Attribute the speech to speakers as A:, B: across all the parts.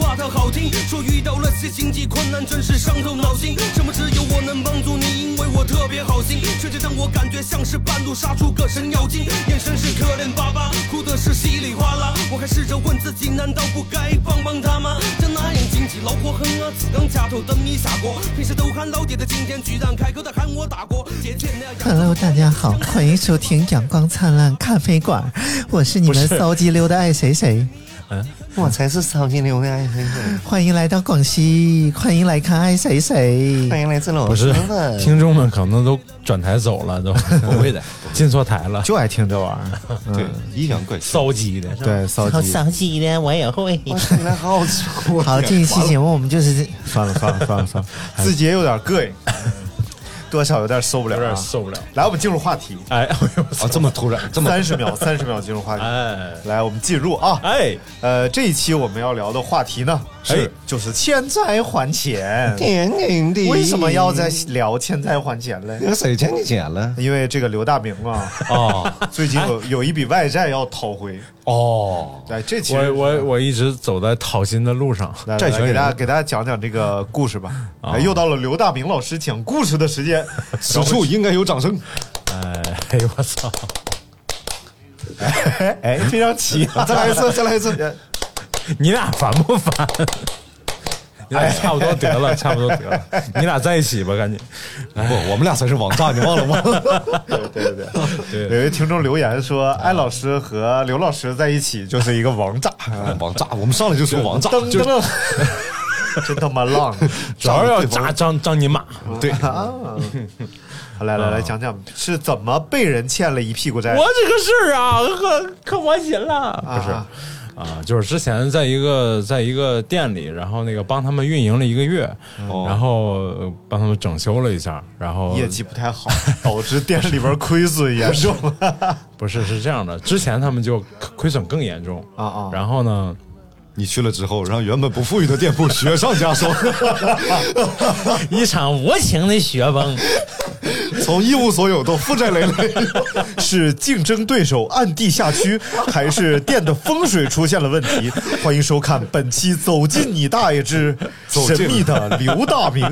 A: 话特好听，说遇到了些经济困难，真是伤透脑筋。什么只有我能帮助你，因为我特别好心。却这让我感觉像是半路杀出个程咬金，眼神是可怜巴巴，哭的是稀里哗啦。我还试着问自己，难道不该帮帮他吗？这哪样经济老火狠啊，只能夹头灯一下锅。平时都喊老爹的，今天居然开口的喊我大哥。姐姐那样
B: Hello，大家好，欢迎收听阳光灿烂咖啡馆，我是你们骚鸡溜的爱谁谁，
C: 我才是超级牛的爱谁谁，
B: 欢迎来到广西，欢迎来看爱谁谁。
C: 欢迎来自老
D: 不是
C: 师们，。
D: 听众们可能都转台走了，都不会的，进错台了，
B: 就爱听这玩意儿，
E: 对，阴阳怪气。
D: 骚鸡的。
B: 对， 骚
C: 好
B: 鸡。
C: 伤心的，我也会。我现在好啊粗，
B: 好，这一期节目我们就是
E: 算了算了算了 算了，自己也有点膈应， 多少有点受不了、啊，
D: 有点受不了。
E: 来，我们进入话题，
D: 哎，哎呦
E: 啊，这么突然，这么三十秒，三十秒进入话题。
D: 哎
E: 来，我们进入啊。
D: 哎，
E: 呃，这一期我们要聊的话题呢，
D: 是
E: 哎就是欠债还钱。
C: 甜甜的。
E: 为什么要在聊欠债还钱嘞？
C: 有谁欠你钱了？
E: 因为这个刘大明啊，
D: 哦
E: 最近有有一笔外债要讨回。
D: 哦，
E: 来，这其实
D: 我我我一直走在讨薪的路上，
E: 来
D: 债
E: 来
D: 权
E: 给大家
D: 人
E: 给大家讲讲这个故事吧。哎，又到了刘大明老师讲故事的时间，
D: 此处应该有掌声。哎，哎呦我操！
E: 哎哎，非常齐、再来一 次，再来一次。
D: 你俩烦不烦？你俩差不多得了，差不多得了，你俩在一起吧，赶紧。
E: 不，我们俩才是王炸，你忘了吗？对对对对，有一听众留言说，艾老师和刘老师在一起就是一个王炸，
C: 王炸！我们上来就说王炸
E: 噔噔噔， 真他妈浪！
D: 主要要扎张张你马，
E: 对啊，来来来，讲讲是怎么被人欠了一屁股债
D: 我这个事儿啊，可可窝心了，不是
E: 啊
D: 啊，就是之前在一个在一个店里，然后那个帮他们运营了一个月，
E: 嗯
D: 然后呃帮他们整修了一下，然后
E: 哦业绩不太好，导致店里边亏损严重。
D: 不是是这样的，之前他们就亏损更严重
E: 啊啊
D: 然后呢，
C: 你去了之后，让原本不富裕的店铺雪上加 霜，
D: 一场无情的雪崩，
E: 哦从一无所有到负债累累， 是竞争对手暗地下区，还是店的风水出现了问题？欢迎收看本期《走进你大爷之神秘的刘大明》。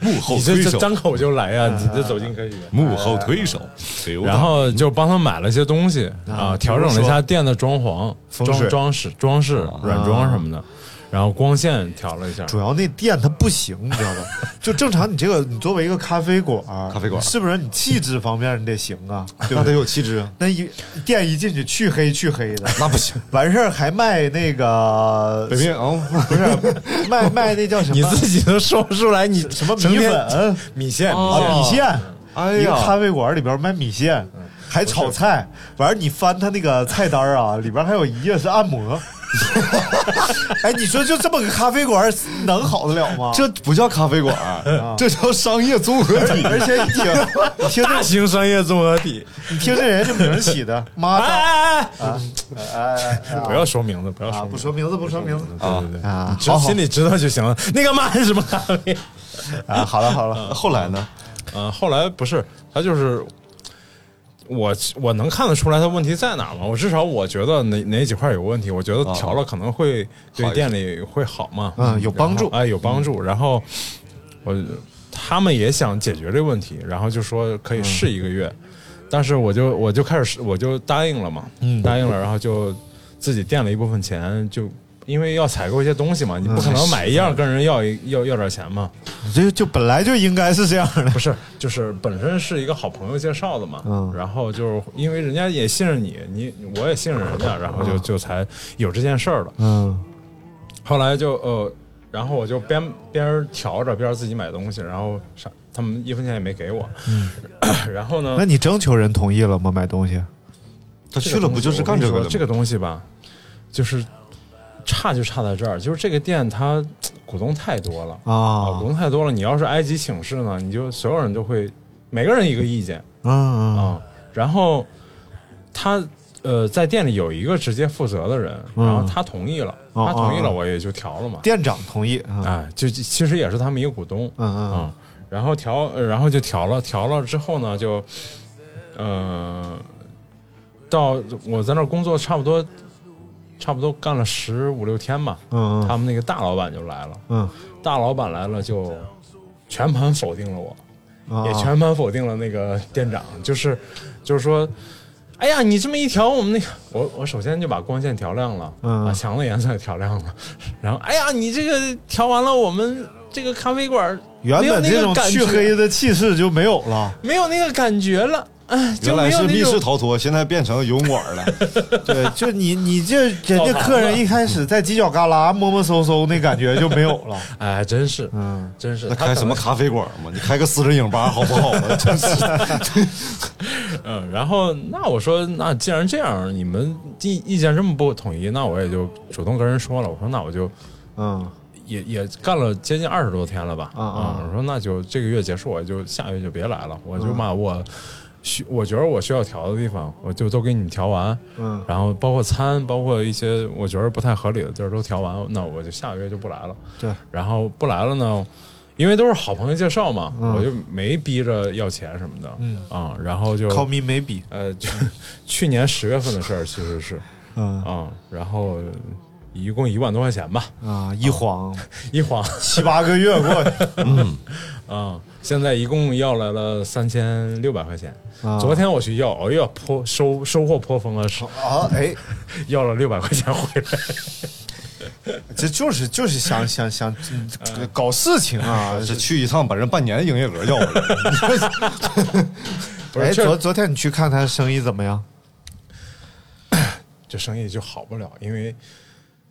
C: 幕后
D: 你这
C: 推
D: 这
C: 手，
D: 张口就来呀、
E: 嗯
D: 你这走进科学。
C: 幕后推手。刘大
D: 然后就帮他买了些东西啊，调整了一下店的装潢、
E: 嗯风
D: 装
E: 水啊
D: 装饰、装饰、软装什么的，然后光线调了一下。
E: 主要那店它不行，你知道吧？就正常，你这个你作为一个咖啡馆，
C: 咖啡馆
E: 是不是你气质方面你得行啊？对不
C: 那得
E: 对？
C: 有气质啊，
E: 那一店一进去去黑去黑的，
C: 那不行，
E: 完事儿还卖那个
C: 北面啊，
E: 不是卖卖那叫什么？
D: 你自己都说不出来，你
E: 什么米
D: 成天
E: 粉、
D: 米线、
E: 啊，米线，
C: 哎呀
E: 一个咖啡馆里边卖米线，还炒菜，完了你翻他那个菜单 啊，里边还有一页是按摩。 哎，你说就这么个咖啡馆能好得了吗？
C: 这不叫咖啡 馆，这叫商业综合体。
E: 而且你 听，你听
D: 大
E: 这
D: 型商业综合体。
E: 你听这人这名儿起的，
C: 啊
E: 妈
D: 哎
E: 的！
D: 哎哎，
E: 哎哎哎
D: 不要说名字，不要
E: 啊！
D: 说
E: 不
D: 名字。
E: 说名字，不说名字
D: 对对对，
E: 啊
D: 你知道心里知道就行了。那个嘛什么咖啡？
E: 啊！好了好了，
C: 后来呢？
D: 嗯，后来不是他就是我，我能看得出来他问题在哪儿吗？我至少我觉得哪哪几块有问题，我觉得
E: 啊
D: 调了可能会对店里会好嘛，
E: 嗯有帮助嗯
D: 然后哎，有帮助。然后我他们也想解决这个问题，然后就说可
E: 嗯
D: 以试一个月，但是我就我就开始试我就答应了嘛，
E: 嗯
D: 答应了，然后就自己垫了一部分钱就。因为要采购一些东西嘛，
E: 嗯
D: 你不可能买一样跟人要一要要点钱嘛，
E: 这就本来就应该是这样的
D: 不是，就是本身是一个好朋友介绍的嘛，
E: 嗯
D: 然后就是因为人家也信任你，你我也信任人家，然后
C: 嗯
D: 就就才有这件事儿了。
E: 嗯
D: 后来就呃，然后我就边边调着边自己买东西，然后啥他们一分钱也没给我，
C: 嗯
D: 然后呢
E: 那，你征求人同意了吗？买东西？
C: 他
D: 这
C: 哎去
D: 个
C: 了
D: 东西
C: 不就是
D: 我跟
C: 干
D: 你
C: 这个
D: 说
C: 的吗？
D: 这个东西吧，就是差就差在这儿，就是这个店它股东太多了
E: 啊
D: 股东太多了，你要是埃及请示呢，你就所有人都会每个人一个意见。
E: 嗯嗯
D: 啊、然后他呃在店里有一个直接负责的人，然后他同意了，
E: 嗯哦
D: 他同意
E: 哦
D: 了，
E: 哦
D: 我也就调了嘛。
E: 店长同意啊。
D: 哎，就就其实也是他们一个股东，
E: 嗯嗯
D: 啊然后调，呃然后就调了，调了之后呢，就呃，到我在那儿工作差不多差不多干了十五六天吧，
C: 嗯嗯
D: 他们那个大老板就来了，
C: 嗯，
D: 大老板来了就全盘否定了我，
E: 嗯
C: 啊
D: 也全盘否定了那个店长，就是就是说，哎呀，你这么一调，我们那个我我首先就把光线调亮了，
C: 嗯
D: 把墙的颜色也调亮了，然后哎呀，你这个调完了，我们这个咖啡馆
E: 原
D: 没有
E: 本
D: 那
E: 这
D: 个
E: 种
D: 感
E: 去
D: 觉
E: 黑的气势就没有了。
D: 没有那个感觉了，哎，就
C: 原
D: 没
C: 来
D: 有
C: 是
D: 那
C: 密
D: 种
C: 室逃脱，现在变成游泳馆 了。
E: 对，就你你这人家客人一开始在犄角旮旯摸摸搜搜，那感觉就没有了。
D: 哎，真是，
E: 嗯，
D: 真是
C: 那
D: 他可
C: 开什么
D: 能
C: 咖啡馆嘛？你开个私人影吧好不 好啊？真是
D: 嗯，然后那我说，那既然这样，你们意意见这么不统一，那我也就主动跟人说了。我说，那我就
C: 嗯
D: 也也干了接近二十多天了吧，
C: 啊啊
D: 我说那就这个月结束，我就下个月就别来了，我就把我需我觉得我需要调的地方，我就都给你们调完，
C: 嗯
D: 然后包括餐，包括一些我觉得不太合理的地儿都调完，那我就下个月就不来了。
C: 对，
D: 然后不来了呢，因为都是好朋友介绍嘛，
C: 嗯
D: 我就没逼着要钱什么的，嗯啊，然后就
E: ，Call me maybe。
D: 呃，就去年十月份的事儿，其实是，嗯啊，然后一共一万多块钱吧，
E: 啊，一晃
D: 一晃
E: 七八个月过去，
D: 啊，现在一共要来了三千六百块钱。昨天我去要，哎呀，颇收收获颇丰啊，是
E: 啊，哎，
D: 要了六百块钱回 来。
E: 这就是就是想想想嗯搞事情 啊！
C: 这去一趟把人半年营业额要回来。
D: 不
E: 哎，
D: 是
E: 昨
D: 这
E: 昨天你去看他生意怎么样？
D: 这生意就好不了，因为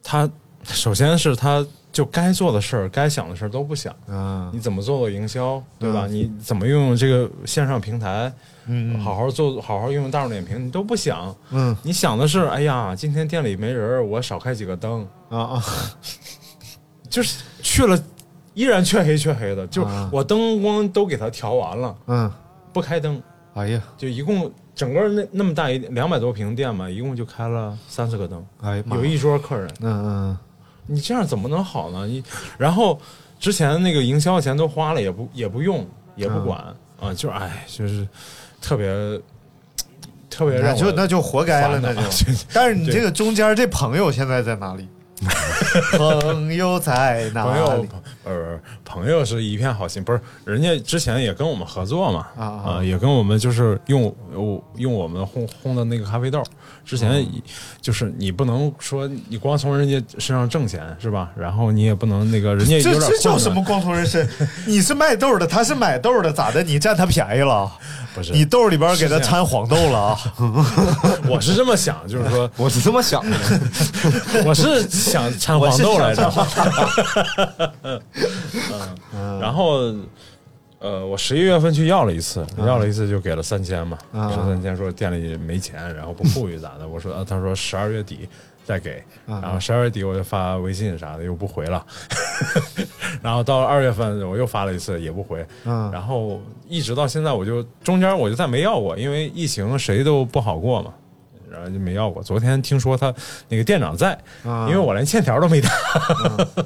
D: 他首先是他就该做的事儿、该想的事儿都不想，
E: 嗯
D: 你怎么做做营销，对吧？你怎么用这个线上平台，嗯，好好做，好好用大众点评，你都不想，
E: 嗯
D: 你想的是，哎呀，今天店里没人儿，我少开几个灯，
E: 啊啊，
D: 就是去了，依然黢黑黢黑的，就
E: 啊
D: 我灯光都给它调完了，
E: 嗯，
D: 不开灯，
E: 哎呀，
D: 就一共整个那那么大一两百多平店嘛，一共就开了三四个灯，
E: 哎呀妈呀
D: 有一桌客人，
E: 嗯
D: 你这样怎么能好呢？你然后之前那个营销的钱都花了，也不也不用，也不管、啊，就是哎，就是特别特别
E: 嗯，
D: 让
E: 那
D: 我
E: 就那就活该了，那
D: 烦恼
E: 就。但是你这个中间这朋友现在在哪里？朋友在
D: 朋
E: 哪
D: 友
E: 里？
D: 呃朋友是一片好心，不是人家之前也跟我们合作嘛
E: 啊啊
D: 也跟我们就是用我用我们烘烘的那个咖啡豆，之
E: 啊
D: 前就是你不能说你光从人家身上挣钱是吧？然后你也不能那个人家有
E: 这
D: 点
E: 这叫
D: 困
E: 什
D: 难
E: 么光头人身？ 你是卖豆的，他是买豆的，咋的？你占他便宜了？
D: 不是
E: 你豆里边给他
D: 是这样
E: 掺黄豆了 啊？
D: 我是这么想，就是说
C: 我是这么想的，
D: 我是想掺黄豆来着。 嗯，然后呃，我十一月份去要了一次，要了一次就给了三千嘛，说三千说店里没钱，然后不富裕咋的？我说啊，他说十二月底再给，然后十二月底我就发微信啥的又不回了，然后到了二月份我又发了一次也不回，
E: 嗯
D: 然后一直到现在我就中间我就再没要过，因为疫情谁都不好过嘛。然后就没要过。昨天听说他那个店长在，
E: 啊
D: 因为我连欠条都没打，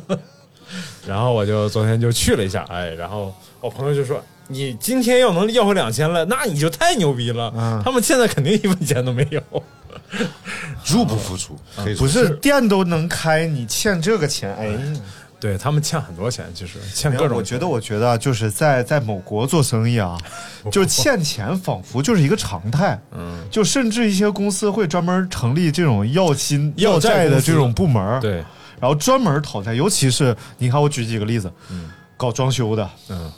E: 嗯
D: 然后我就昨天就去了一下，哎，然后我朋友就说：“你今天要能要回两千来，那你就太牛逼了。
E: 嗯
D: 他们现在肯定一分钱都没 有。
C: 入不敷出，可以说
E: 不是，店都能开，你欠这个钱，哎呀。
D: 对他们欠很多钱，其实欠
E: 没有
D: 各种。
E: 我觉得，我觉得啊就是在在某国做生 意啊，就欠钱仿佛就是一个常态。嗯，就甚至一些公司会专门成立这种要薪
D: 要
E: 要债
D: 债
E: 的
D: 公司
E: 这种部门儿，
D: 对，
E: 然后专门讨债。尤其是你看，我举几个例子，搞装修的，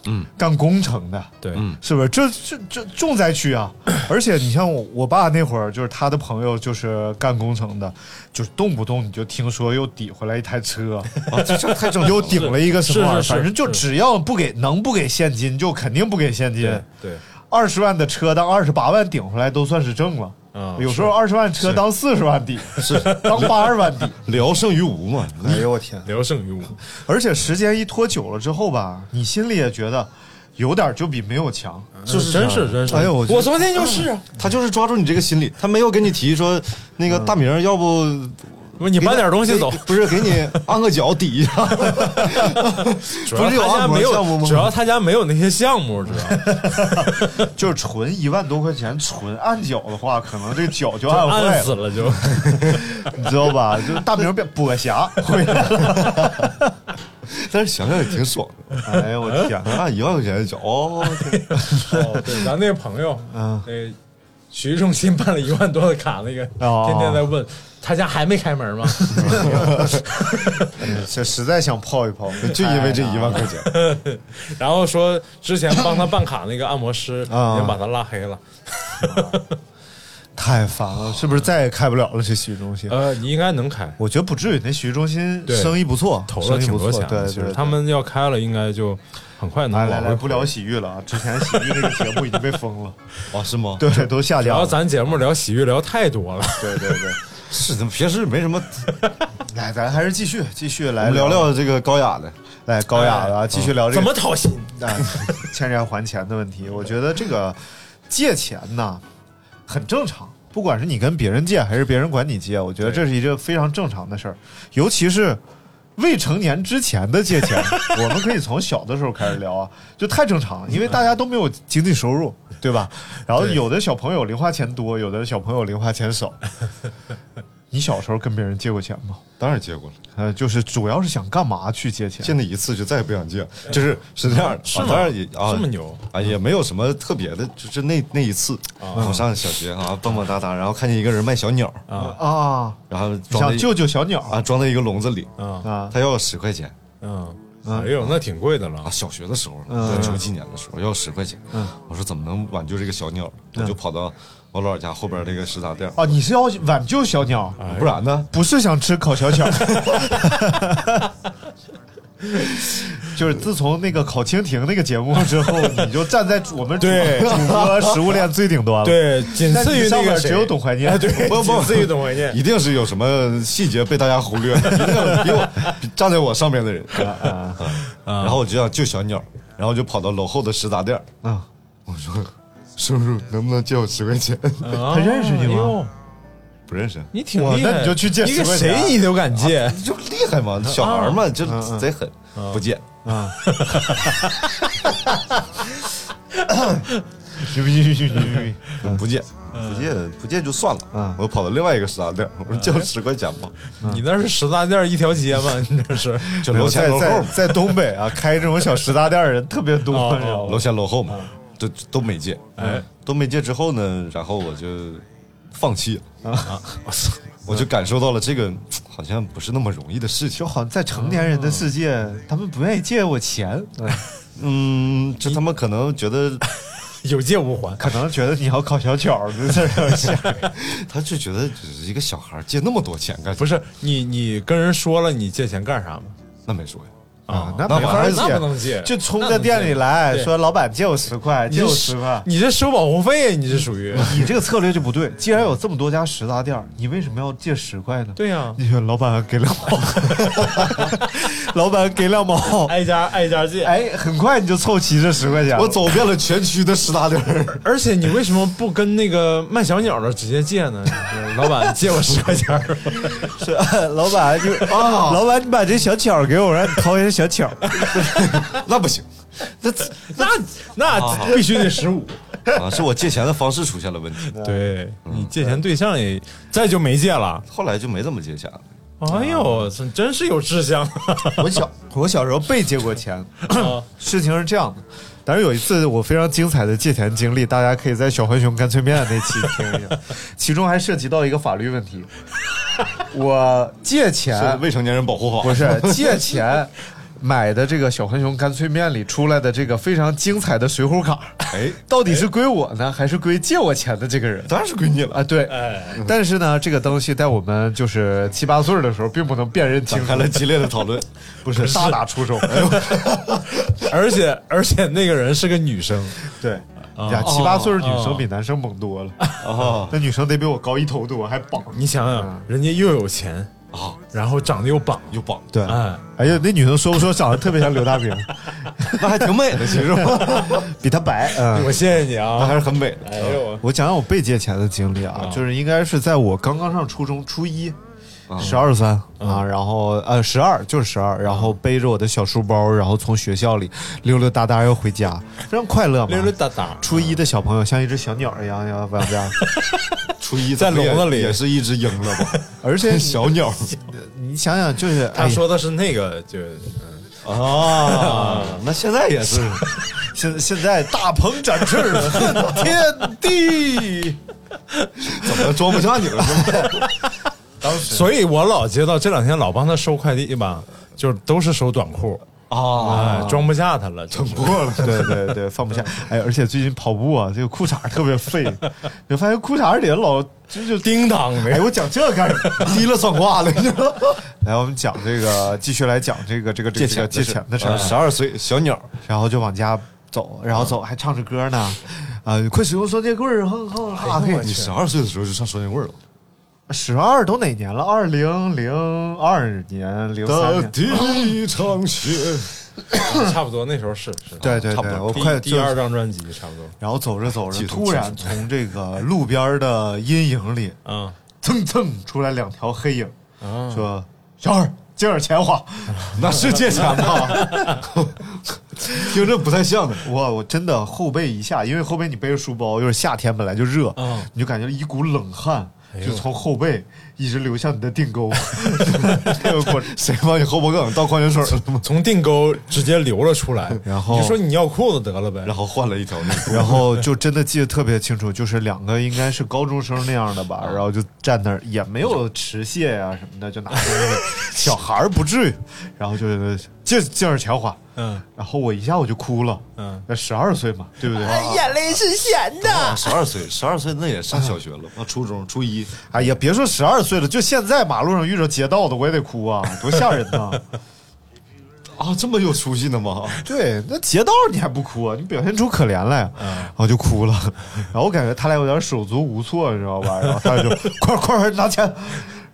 D: 嗯，
E: 干工程的，
D: 对，
E: 是不是？这这这重灾区啊！而且你像我我爸那会儿，就是他的朋友就是干工程的，就是动不动你就听说又抵回来一台 车，啊、这这太正又顶了一个什么玩意儿，
D: 是是是
E: 反正就是只要不给能不给现金，就肯定不给现金
D: 对。对，
E: 二十万的车当二十八万顶回来都嗯算是挣了。
D: 啊
E: 有时候二十万车当四十万抵，是 当八十万抵。
C: 聊胜于无嘛。
E: 哎呦我天！
D: 聊胜于无。
E: 而且时间一拖久了之后吧，你心里也觉得有点儿就比没有强。
D: 就是真是真是，
E: 哎呦我
D: 我
E: 觉得
D: 昨天就是啊，
C: 他就是抓住你这个心理，他没有跟你提说那个大明，要不
D: 不你搬点东西走
E: 哎
C: 给，不是给你按个脚抵一下，
D: 主要
C: 不是有
D: 他家
C: 按摩
D: 没
C: 项目
D: 有，
C: 吗？
D: 主要他家没有那些项目，主 要
E: 就是纯一万多块钱纯按脚的话，可能这 个脚就按坏
D: 按死
E: 了，
D: 了 就。
E: 你知道吧？就大名变跛 侠回来了。
C: 但是想想也挺爽的，
E: 哎呀，我的天！
C: 按一万块钱的脚哦，
D: 哦，对，咱那个朋友，
E: 嗯
D: 那洗浴中心办了一万多的卡，那个
E: 哦
D: 天天在问他家还没开门 吗？
E: 这实在想泡一泡，
C: 就因为这
D: 哎
C: 一万块钱，
D: 然后说之前帮他办卡那个按摩师已
E: 啊
D: 经把他拉黑了。
E: 太烦了，是不是再也开不了了？这洗浴中心，
D: 呃，你应该能开，
E: 我觉得不至于。那洗浴中心
D: 对
E: 生意不错，
D: 投了
E: 生意
D: 挺
E: 不
D: 多
E: 错
D: 钱的，
E: 对
D: 其
E: 对
D: 实
E: 对，
D: 他们要开了，应该就很快能
E: 来来
D: 往回
E: 来，不聊
D: 回。
E: 洗浴了啊！之前洗浴那个节目已经被封 了，
C: 哦是吗？
E: 对，都下
D: 然
E: 架
D: 后
E: 了。
D: 咱节目聊洗浴聊太多了，
E: 对对对，
C: 是，怎么平时没什么，
E: 来，咱还是继续继续
C: 我
E: 来
D: 哎
C: 们聊聊这个高雅的，
E: 来高雅的啊，继续聊这
D: 怎
E: 个
D: 么讨薪？
E: 那 欠债还钱的问题，我觉得这个借钱呢很正常，不管是你跟别人借还是别人管你借，我觉得这是一个非常正常的事儿，尤其是。未成年之前的借钱，我们可以从小的时候开始聊啊，就太正常了，因为大家都没有经济收入，对吧？然后有的小朋友零花钱多，有的小朋友零花钱少。你小时候跟别人借过钱吗？
C: 当然接过了，
E: 呃，就是主要是想干嘛去借钱？
C: 借那一次就再也不想借了，就是是这样的，
D: 是
C: 啊
D: 吗
C: 当然也啊
D: 这么牛
C: 啊，也没有什么特别的，就是那那一次，我上小学啊，蹦蹦哒哒，然后看见一个人卖小鸟，
E: 啊，
C: 然后装在
E: 想
C: 一
E: 救救小鸟
C: 啊装在一个笼子里，
D: 啊
E: 啊，
C: 他要了十块钱
D: 嗯，哎呦，那挺贵的了
C: 啊，。小学的时候，在九几年的时候要十块钱，我说怎么能挽救这个小鸟？我就跑到我姥姥家后边这个食杂店，
E: 哦，你是要挽救小鸟，
D: 啊
C: 不然呢？
E: 不是想吃烤 小鸟。就是自从那个烤蜻蜓那个节目之 后，你就站在我们主
D: 对
E: 主播食物链最顶端 了。，
D: 对，仅
E: 但
D: 次于
E: 你上
D: 那
E: 面
D: 个谁
E: 只有董怀念
D: 哎对，
C: 不不
D: 仅次于董怀念。
C: 一定是有什么细节被大家忽略，一定有比 我比站在我上面的人。 啊然后我就想救小鸟，然后就跑到楼后的食杂店，
E: 啊，
C: 我说叔叔能不能借我十块钱？
D: 他
E: 认识你吗？
D: 哎呦
C: 不认识，
D: 你挺
E: 哇
D: 厉害，
E: 那你就去借
D: 你给
E: 10块钱啊
D: 谁你都敢借，
C: 就厉害嘛，小孩儿嘛，就贼狠，不借。
E: 行行行行行行，
C: 不借，不借，不借就算了
E: 嗯。
C: 我跑到另外一个食杂店，我说借我十块钱 吧，
D: 你那是十大店一条街吗？ 你这 是
C: 就
E: 没
C: 楼
E: 有
C: 前
E: 在
C: 楼后
E: 在
C: 嘛，
E: 在东北啊，开这种小食杂店的人特别多，
D: 哦
E: 你知道吗
C: 楼前楼后嘛，就都没借。
D: 哎
C: 都没借之后呢，然后我就放弃了。啊 我就感受到了这个好像不是那么容易的事情
E: 就。好像在成年人的世
D: 哦
E: 界，他们不愿意借我钱，哎
C: 嗯，就他们可能觉得，
D: 有借无还。
E: 可能觉得你要烤小鸟，就在这儿想
C: 他就觉得只是一个小孩借那么多钱干啥？
D: 不是你，你跟人说了你借钱干啥吗？
C: 那没说呀。
E: 啊，那
C: 那
E: 没
C: 玩
E: 法
C: 意儿
E: 借，
D: 哦那不能借，
E: 就冲
D: 那
E: 到
D: 能
E: 店里
D: 借。
E: 来
D: 对
E: 说：“老板，借我十块，
D: 你
E: 借
D: 这
E: 我
D: 是
E: 十块。
D: 你这收保护费，你这属于”
E: 你这个策略就不对。既然有这么多家食杂店儿，你为什么要借十块呢？
D: 对呀
E: 你说老板给两毛，老板给两毛，
D: 挨家挨家借。
E: 哎，很快你就凑齐这十块钱。
C: 我，走遍了全区的十大点儿，
D: 而且你为什么不跟那个卖小鸟的直接借呢？就是老板借我十块钱儿，
E: 是 老板就啊，老板，你把这小巧给我，我让你掏一下小巧。
C: 那不行
D: 那那必须得十五。
C: 啊！是我借钱的方式出现了问题，
D: 对你借钱对象也再就没借了。
C: 后来就没怎么借钱了。
D: 哎呦，真真是有志向
E: 我小我小时候被借过钱， 事情是这样的。但是有一次我非常精彩的借钱经历，大家可以在小浣熊干脆面那期听一 下，其中还涉及到一个法律问题。我借
C: 是
E: 钱
C: 未成年人保护法，
E: 不是借钱买的这个小浣熊干脆面里出来的这个非常精彩的水浒卡，
C: 哎，
E: 到底是归我呢，还是归借我钱的这个人？
C: 当然是归你了。
E: 啊，对，
D: 哎
E: 但是呢，这个东西在我们就是七八岁的时候，并不能辨认清
C: 展
E: 楚，
C: 开了激烈的讨论，
E: 不是大打出手。
D: 而且而且那个人是个女生，
E: 对，呀，七八岁的女生比男生猛多了，
C: 哦
E: 那女生得比我高一头多，还绑。
D: 你想想，人家又有钱，
C: 啊，
D: 然后长得又棒，
C: 又棒，
E: 对，
D: 哎
E: 哎呀，那女生说不说长得特别像刘大明，
C: 那还挺美的，其实
E: 比他白。嗯，
D: 我谢谢你
C: 那
D: 啊
C: 还！是很美的。
D: 哎呦，
E: 我讲讲我被借钱的经历啊，就是应该是在我刚刚上初中初一，十二三啊，
D: 嗯
E: 然后呃十二就是十二，然后背着我的小书包，然后从学校里溜溜达达要回家，非常快乐嘛。
D: 溜溜达达，
E: 初一的小朋友像一只小鸟一样，要不要不要？
C: 初一
D: 在
C: 咱们也
D: 笼子里
C: 也是一只鹰了吧？
E: 而且
C: 小鸟，
E: 你想想，就是哎
D: 他说的是那个，就
E: 啊，
C: 那现在也是，
E: 现现在大鹏展翅 恨天 地，
C: 怎么装不下你了？ 是吧
D: 所以我老接到这两天老帮他收快递吧，就都是收短裤啊，装不下他 了，整
E: 过了，对对对，放不下。哎，而且最近跑步啊，这个裤衩特别废，就发现裤衩里老就就
D: 叮当
E: 哎，
D: 的，
E: 我讲这干什 么？低了算卦了，你知道吗？来，我们讲这个，继续来讲这个这个这个这个借钱的事儿。
C: 呃
E: 啊嗯
C: 十二岁小鸟，
E: 然后就往家走，然后走还唱着歌呢，啊，快使用双截棍儿，哼哼哈嘿！
C: 你十二岁的时候就上双截棍了。
E: 十二都哪年了？二零零二年、零三
C: 的
E: 年。
C: 第一场雪，
D: 差不多那时候是是，
E: 哎对对
D: 差不
E: 对
D: 多
E: 我
D: 第
E: 快
D: 第
E: 就
D: 二张专辑差不多，
E: 然后走着走着，
C: 记住
E: 突然从这个路边的阴影里，
D: 嗯，
E: 蹭蹭出来两条黑影，说：“小二，借点钱 花。”
C: 那是借钱 吧？听着不太像的。
E: 哇，我真的后背一下，因为后背你背着书包，又是夏天，本来就热，
D: 嗯
E: 你就感觉一股冷汗。就从后背一直流向你的腚沟， 这个过程
C: 谁往你后脖梗倒矿泉水了吗？
D: 从腚沟直接流了出来，
E: 然后
D: 你就说你尿裤子得了呗，
C: 然后换了一条内 裤。
E: 然后就真的记得特别清楚，就是两个应该是高中生那样的吧，
C: 啊
E: 然后就站那儿也没有持械呀、什么的，就拿着那个小孩儿不 至于，然后就是借借点钱花，
D: 嗯，
E: 然后我一下我就哭了，
D: 嗯，
E: 那十二岁嘛，对不对？
B: 眼泪是咸的。
C: 哦十二岁，十二岁那也上小学了，啊，初中初一，
E: 哎呀，别说十二岁了，就现在马路上遇着劫道的，我也得哭啊，多吓人 呐！
C: 啊，这么有出息呢吗？
E: 对，那劫道你还不哭啊？你表现出可怜来呀、然后就哭了。然后我感觉他俩有点手足无措，你知道吧？然后他 俩就快快快拿钱，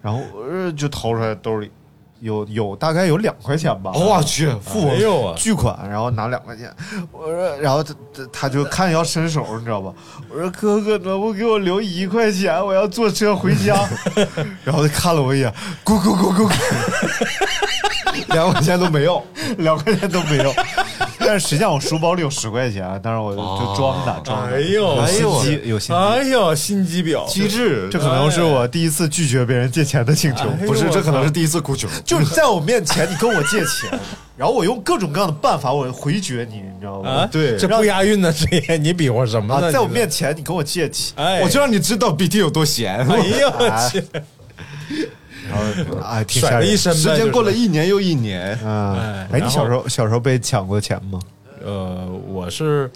E: 然后呃就掏出来兜里有有大概有两块钱吧。
C: 我去，父
D: 哎呦啊，
E: 巨款，然后拿两块钱，我说，然后他他他就看要伸手，你知道吧？我说哥哥，能不给我留一块钱？我要坐车回 家。然后他看了我一眼，咕咕咕咕咕， 两块钱都没有，两块钱都没有。但是实际上我书包里有十块钱，但是我就就装的装的。
D: 哎呦
E: 有心
C: 哎
E: 机
C: 呦，
E: 有心机。
D: 哎呦，心机婊，
C: 机智，
E: 这可能是我第一次拒绝别人借钱的请求，
D: 哎呦
C: 不是，这可能
D: 我
C: 是
D: 操
C: 第一次哭穷。
E: 就是在我面前你跟我借钱，然后我用各种各样的办法我回绝你，你知道吗？
D: 啊，
C: 对
D: 这不押韵呢，这也你比划什么
E: 啊，
D: 呢？
E: 在我
D: 你
E: 面前你跟我借钱，
D: 哎，
C: 我就让你知道 BT 有多闲。
D: 哎呦我去，
E: 哎，挺吓
D: 甩了一
E: 人。
D: 身呗，
C: 时
D: 就
C: 间
D: 是
C: 过了一年又一年，
E: 嗯，哎，你
D: 然后
E: 小时候小时候被抢过钱吗？
D: 呃，我是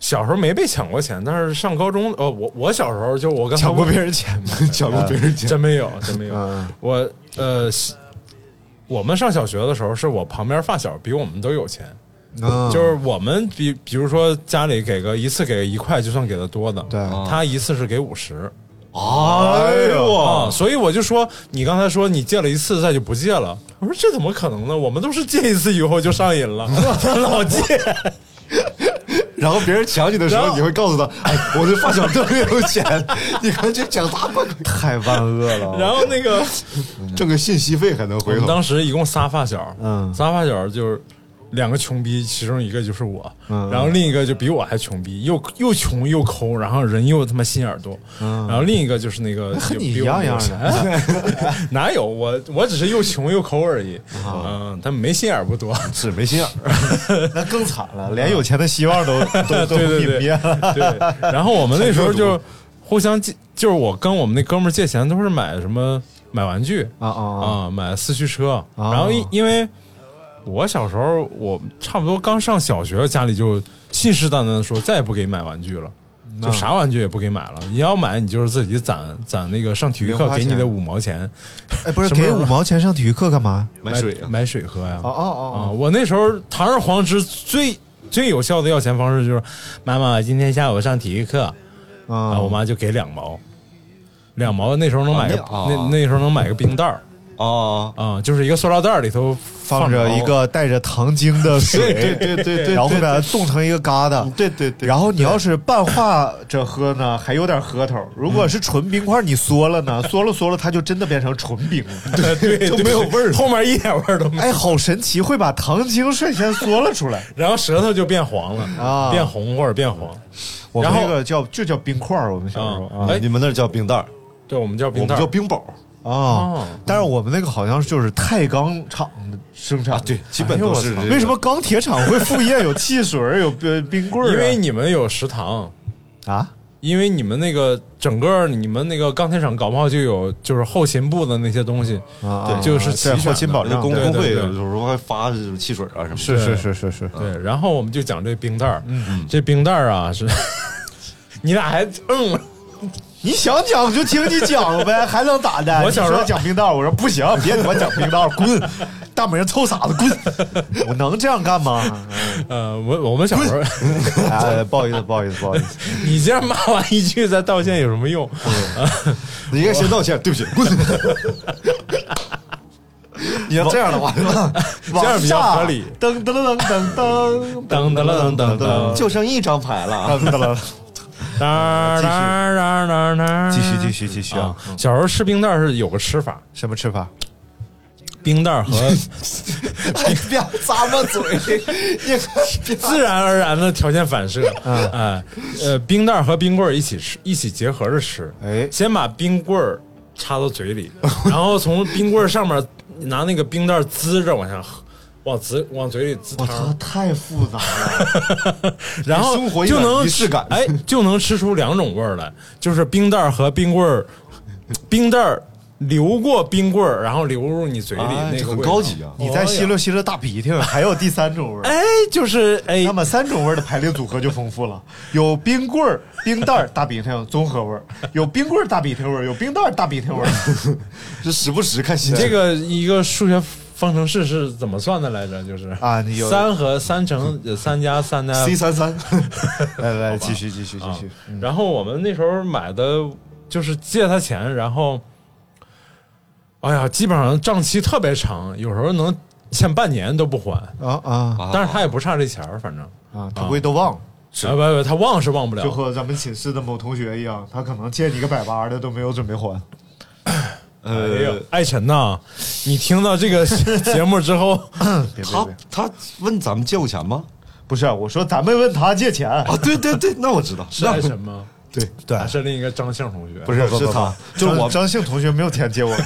D: 小时候没被抢过钱，但是上高中，呃，我我小时候就我刚才
E: 抢过别人钱 吗？
C: 讲过别人讲，
D: 真没有， 真没有。
C: 啊
E: 嗯
D: 我呃，是我们上小学的时候，是我旁边发小比我们都有钱，
C: 啊
E: 嗯
D: 就是我们比比如说家里给个一次给个一块，就算给的多的，
E: 对
D: 他一次是给五十。
C: 哎呦，
D: 啊，所以我就说，你刚才说你借了一次，再就不借了。我说这怎么可能呢？我们都是借一次以后就上瘾了， 老借。
C: 然后别人抢你的时
D: 然
C: 候，
D: 后
C: 你会告诉他，哎，我的发小特别有钱，你快去抢他吧，
E: 太万恶了。
D: 然后那个
C: 挣个信息费还能
D: 我
C: 回
D: 们
C: 头。
D: 当时一共仨发小，
E: 嗯
D: 仨发小就是两个穷逼，其中一个就是我，
E: 嗯
D: 然后另一个就比我还穷逼，又又穷又抠，然后人又他妈心眼儿多，然后另一个就是那个
E: 嗯和你
D: 就比我
E: 一样
D: 有钱 哪有我我只是又穷又抠而已，
E: 啊
D: 嗯，他们没心眼儿不多，
C: 是没心眼儿，
E: 那更惨了，连有钱的希望都都都
D: 对对
E: 泯
D: 对
E: 灭 了。
D: 对，然后我们那时候就互相借，就是我跟我们那哥们儿借钱，都是买什么买玩具
E: 啊啊啊
D: 啊，买四驱车。然后因因为我小时候，我差不多刚上小学，家里就信誓旦旦的说再也不给你买玩具了。就啥玩具也不给买了，你要买你就是自己攒攒那个上体育
E: 零
D: 课
E: 花
D: 给你
E: 钱
D: 的五毛钱，
E: 哎，不是
D: 什么
E: 给
D: 时候
E: 五毛钱上体育课干嘛？
C: 买水啊，
D: 买水喝呀。
E: 哦哦哦
D: 啊，我那时候堂而皇之最最有效的要钱方式就是，妈妈今天下午上体育课，啊，
E: 啊
D: 我妈就给两毛，两毛那时候能买个、
C: 啊那啊
D: 那那时候能买个冰袋儿
C: 啊啊，
D: 啊、就是一个塑料袋儿里头放
E: 哦放着一个带着糖精的水，
C: 对对对对对
E: 然后会把它冻成一个疙瘩，
C: 对对对
E: 然后你要是半化着喝呢，还有点喝头；如果是纯冰块，你缩了呢，缩了缩了，它就真的变成纯冰了。
D: 对对，就
E: 没有味儿了
D: 后面一点味儿都没有，
E: 哎，好神奇，会把糖精率先缩了出来。
D: 然后哎舌头就变黄了
E: 啊
D: 变红或者变黄。
E: 我们
D: 然后
E: 那个叫就叫冰块儿，我们小时候
D: 啊
E: 啊
D: 哎
C: 你们那儿叫冰袋儿，
D: 对，我们叫
C: 我
D: 冰
C: 们
D: 袋儿，
C: 叫冰雹。
E: 啊，但是我们那个好像就是钛钢厂生产的，
C: 对基本都是
E: 哎呦我操
C: 这个
E: 为什么钢铁厂会副业有汽水儿有冰冰棍儿啊？
D: 因为你们有食堂，
E: 啊，
D: 因为你们那个整个你们那个钢铁厂搞不好就有就是后勤部的那些东西，
E: 啊
D: 对，就是齐
E: 在
D: 全
E: 后
D: 的
E: 勤保
C: 那
E: 障
C: 工
D: 对
C: 工会
D: 对对
C: 有时候还发汽水啊什么的。
E: 是是是是是，
D: 对，然后我们就讲这冰袋儿，这冰袋儿啊是，你俩还嗯了，
E: 你想讲就听你讲呗，还能咋的？
D: 我小时候
E: 你说讲冰道，我说不行，别他妈讲冰道，滚！大美人臭傻子，滚！我能这样干吗？
D: 呃，我我们小时候，
E: 哎，不好意思，不好意思，不好意思。
D: 你这样骂完一句再道歉有什么用？
C: 你应该先道歉， 对不起，滚！你要这样的话，
D: 这样比较合理
E: 往下。噔噔噔噔噔
D: 噔噔噔噔噔
C: 就剩一张牌了啊！
E: 噔噔，
D: 当当当当当，
E: 继续继续继续啊
D: 啊！！
C: 嗯
D: 小时候吃冰袋儿是有个吃法，
E: 什么吃法？
D: 冰袋儿 和
C: 哎别咂巴嘴，你
D: 自然而然的条件反 射，
C: 嗯
D: 哎，呃，冰袋儿和冰棍儿一起吃，一起结合着吃。
E: 哎
D: 先把冰棍儿插到嘴 里，然后从冰棍儿上面拿那个冰袋儿滋着往下喝，往滋往嘴里滋
E: 我操，
D: 汤，
E: 太复杂了！
D: 然后
C: 生活一
D: 就
C: 点
D: 能
C: 仪式感
D: 哎，就能吃出两种味儿来，就是冰袋儿和冰棍儿，冰袋儿流过冰棍儿，然后流入你嘴里
C: 哎
D: 那
C: 这
D: 个
C: 很
D: 味
C: 高
D: 道
C: 级啊
E: 你再吸。
D: 哎呀
E: 溜吸溜大鼻涕，还有第三种味儿。
D: 哎，就是哎
E: 那，么三种味儿的排列组合就丰富了，有冰棍 儿、冰袋儿、大鼻涕综合味儿，有冰棍儿大鼻涕味儿，有冰袋儿大鼻涕味儿。
C: 这时不时看
D: 你
C: 新闻
D: 这个一个数学方程式是怎么算的来着？就是
E: 啊你有
D: 三和三乘呃三加三呢？
E: C 三三， 来来继续继续继
D: 啊
E: 续，
D: 然后我们那时候买的就是借他钱，然后，哎呀，基本上账期特别长，有时候能欠半年都不还。
E: 啊啊
D: 但是他也不差这钱儿，反正
E: 啊！他不会都忘了，
D: 啊不不，他忘是忘不了
E: 就。和咱们寝室的某同学一样，他可能借你个百八的都没有准备还。
D: 哎呀，
E: 呃
C: 呃
D: 艾辰呐，你听到这个 节目之后，
E: 别别
C: 他
E: 别，
C: 他问咱们借过 钱吗？
E: 不是啊我说咱们问他借钱，
C: 啊，对对对，那我知道，
D: 是艾辰 吗？
E: 对
D: 对，还是另一个张姓同学。
C: 啊不是是他，就是我
E: 张姓同学没有钱借我，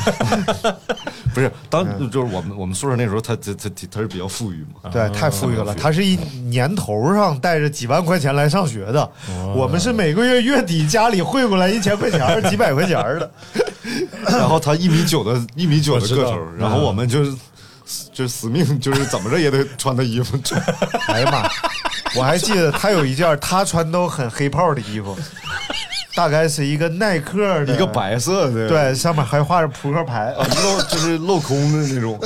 C: 不是当
D: 嗯
C: 就是我们我们宿舍那时候他他他他他是比较富裕
D: 啊
C: 嘛，
E: 对，太富裕了。他是一年头上带着几万块钱来上学的，我们是每个月月底家里汇过来一千块钱儿、几百块钱儿的。
C: 然后他一米九的一米九的个头
D: 我，嗯
C: 然后我们就是。就是死命，就是怎么着也得穿他衣服， 穿
E: 哎呀妈！我还记得他有一件他穿都很黑泡的衣服，大概是一个耐克的
C: 一个，白色的，
E: 对，上面还画着扑克牌。
C: 啊，露就是镂空的那种。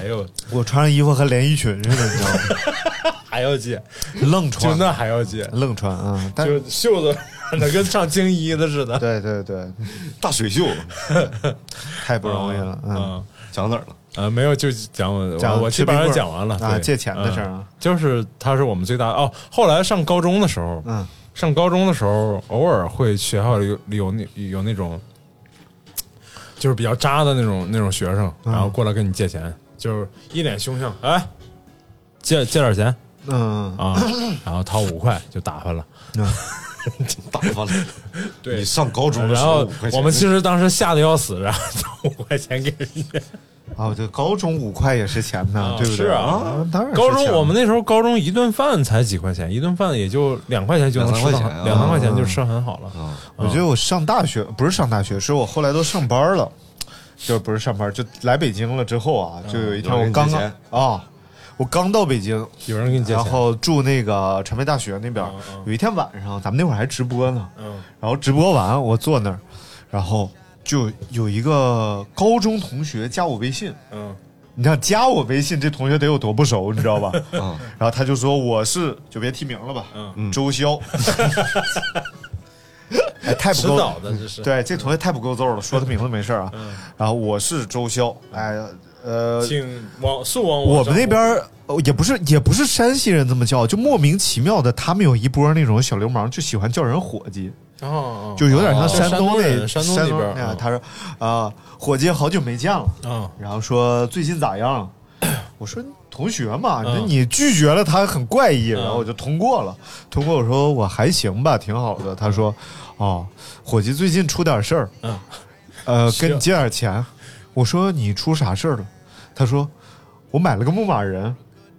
D: 哎呦，
E: 我穿上衣服和连衣裙似的，你知道 吗？
D: 还要借，
E: 愣
D: 就
E: 穿，
D: 那还要借，
E: 愣穿啊！但
D: 就袖子那跟上青衣的似的。
E: 对对对，
C: 大水袖，
E: 太不容易了。嗯，
D: 嗯
C: 讲哪儿了？
D: 啊，没有，就讲我
E: 讲
D: 我我
E: 吃
D: 基本上
E: 冰棍儿
D: 讲完了
E: 啊
D: 对
E: 借钱的事儿啊
D: 嗯就是他是我们最大哦。后来上高中的时候，
E: 嗯，
D: 上高中的时候偶尔会学校里有里有那有那种，就是比较渣的那种那种学生，
E: 嗯
D: 然后过来跟你借钱，就是一脸凶相，哎，借借点钱
E: 嗯，
D: 啊，然后掏五块就打发 了。
C: 打发了。
D: 对
C: 你上高中的
D: 然
C: 时候
D: 后
C: 五块钱，
D: 我们其实当时吓得要死，然后掏五块钱给人家。
E: 哦，对，高中五块也是钱
D: 啊
E: 呐，对不对？
D: 是啊
E: 当然是
D: 高中
E: 钱
D: 我们那时候高中一顿饭才几块钱，一顿饭也就两块钱就能吃到
C: 两三块钱啊
D: 两三块钱就吃很好了。
E: 我觉得我上大学不是上大学，是我后来都上班了，就不是上班，就来北京了之后啊，就有一天
C: 有
E: 我
C: 人
E: 刚
C: 借
E: 刚
C: 钱
E: 啊，我刚到北京，
D: 有人给你借
E: 然
D: 钱，
E: 后住那个传媒大学那边儿。有一天晚上，咱们那会儿还直播呢，
D: 嗯
E: 然后直播完我坐那儿，然后就有一个高中同学加我微信，
D: 嗯，
E: 你想加我微信，这同学得有多不熟，你 知道吧？
D: 嗯
C: 啊
E: 然后他 就说我是就别提名了吧，
D: 嗯
E: 周潇，哎太不
D: 迟
E: 够
D: 早的这是嗯
E: 对，这同学太不够揍了，说他名字没事儿啊。然后我是周潇，哎，呃，
D: 请往速往
E: 我
D: 网上
E: 们那边儿呃也不是也不是山西人这么叫，就莫名其妙的，他们有一波那种小流氓，就喜欢叫人伙计，
D: 哦哦
E: 就有点像
D: 哦
E: 山
D: 东
E: 那
D: 人山那边
E: 那
D: 儿
E: 样。他说啊，伙计好久没见了，
D: 嗯
E: 然后说最近咋样？ 我说同学嘛，那
D: 嗯
E: 你拒绝了他很怪异，然后我就通过了。通过我说我还行吧，挺好的。他说哦，伙计最近出点事儿，
D: 嗯
E: 呃，
D: 需
E: 跟
D: 要
E: 你借点钱。我说你出啥事儿了？他说我买了个牧马人。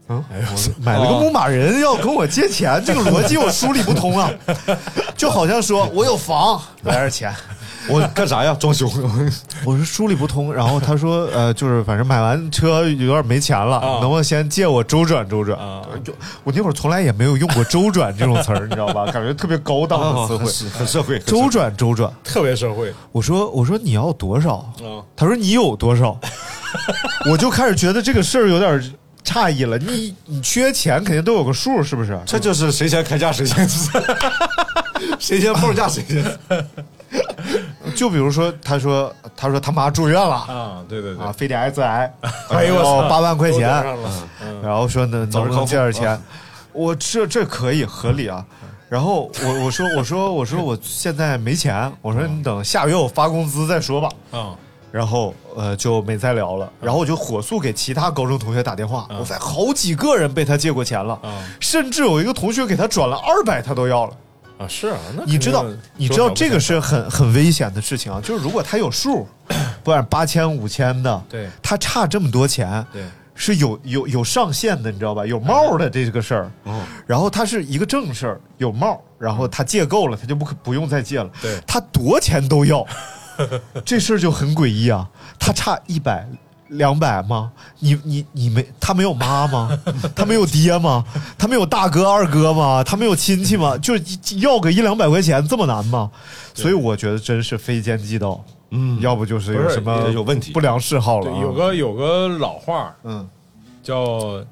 E: 嗯，我说买了个牧马人要跟我借钱，这个 逻辑我梳理不通啊，就好像说我有房来点 钱，
C: 我干啥呀？装修。
E: 我说梳理不通，然后他说， 呃，就是反正买完车有点没钱了，能不能先借我周转周转？
D: 啊
E: 就我那会儿从来也没有用过周转这种词儿，你知道吧？感觉特别高档的词汇。
C: 啊很很社会。
E: 周转周转，
D: 特别社会
E: 我说我说你要多少？
D: 啊
E: 他说你有 多少？我就开始觉得这个事儿有点诧异了。你你缺钱肯定都有个数，是不是？
C: 这就是谁先开价谁先， 谁先报价谁先。
E: 就比如说，他说他说他妈住院了
D: 啊，对对对
E: 啊，，非得挨自挨，
D: 哎呦我操
E: 八万块钱
D: 都得上了嗯
E: 然后说能
C: 早
E: 能
C: 日
E: 不能
C: 康复
E: 借点钱？我这这可以合理啊。
D: 嗯
E: 然后我我说我说我说我现在没钱，我说
D: 嗯
E: 你等下月我发工资再说吧。
D: 啊
E: 然后呃就没再聊了。
D: 嗯
E: 然后我就火速给其他高中同学打电话，我发现好几个人被他借过钱了
D: 嗯，
E: 甚至有一个同学给他转了二百，他都要了。
D: 啊是啊，那
E: 你知道
D: 肯定，
E: 你知道这个
D: 多少不
E: 是很很危险的事情啊！就是如果他 有数，不管八千、五千的，
D: 对
E: 他差这么多钱，
D: 对
E: 是有有有上限的，你知道吧？有帽
D: 哎
E: 的这个事儿，
D: 哦
E: 然后他是一个正事儿，有帽，然后他借够了，他就不可不用再借了，
D: 对
E: 他多钱 都要，这事儿就很诡异啊！他差一百。两百吗？你你你没他没有 妈吗？他没有爹吗？他没有大哥二哥吗？他没有亲戚吗？就一要个一两百块钱这么难吗？所以我觉得真是非奸即盗，嗯，要不就是有
D: 不是
E: 什么
C: 有问题
E: 不良嗜好了
D: 太
E: 啊、
D: 对有个有个老话儿
E: 嗯，
D: 叫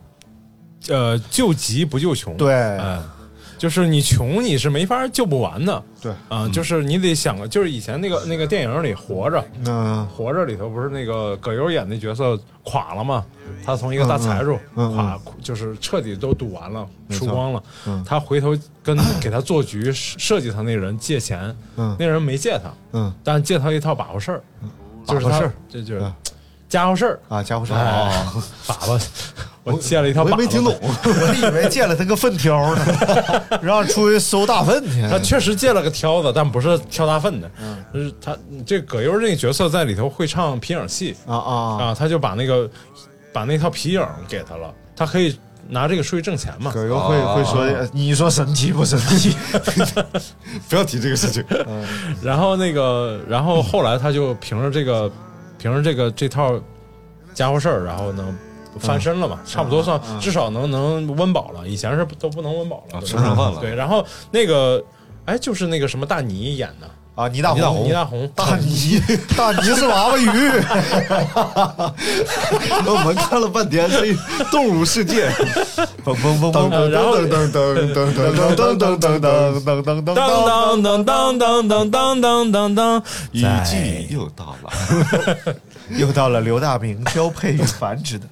D: 呃救急不救穷，
E: 对
D: 嗯，就是你穷你是没法救不完的，
E: 对
D: 啊，就是你得想个，就是以前那个那个电影里活着，
E: 嗯
D: 活着里头不是那个葛优演那角色垮了吗？他从一个大财主
E: 嗯嗯
D: 垮，就是彻底都赌完了，输
E: 错嗯
D: 光了。他回头跟 给他做局设设计他那人借钱
E: 嗯，
D: 那人没借他，
E: 嗯
D: 但借他一套把握事儿，就是
E: 把
D: 他
E: 握事儿，
D: 这就是
E: 嗯
D: 家伙事儿，
E: 啊，家伙事儿
D: 哎，把把，我借了一套把，
E: 我也没听懂，。我以为借了他个粪挑 呢，让出去搜大粪去。
D: 他确实借了个挑子，但不是挑大粪的，
C: 嗯
D: 就是他这葛优这个角色在里头会唱皮影戏，
E: 啊啊，
D: 啊，他就把那个把那套皮影儿给他了，他可以拿这个出去挣钱嘛。
E: 葛优会会说，呃你说神奇不神奇？
C: 不要提这个事情。
D: 然后那个，然后后来他就凭着这个，凭着这个这套家伙事儿，然后呢翻身了嘛，
C: 嗯
D: 差不多算、至少能能温饱了。以前是都不能温饱了，
C: 啊
D: 对
C: 吃不上饭了
D: 对，然后那个，哎，就是那个什么大尼演的，
E: 啊，倪大
D: 倪大
E: 红，
D: 倪大红
E: 大泥，大泥是娃娃鱼。
C: 我们看了半天这动物世界，
E: 嘣嘣嘣
D: 噔
E: 嘣
D: 然后
E: 噔噔噔噔噔噔噔噔噔噔噔噔噔
D: 当
E: 噔。
D: 当当当当当当当当当，
C: 雨
D: 哎
C: 季又到了，
E: 又到了刘大明交配与繁殖的，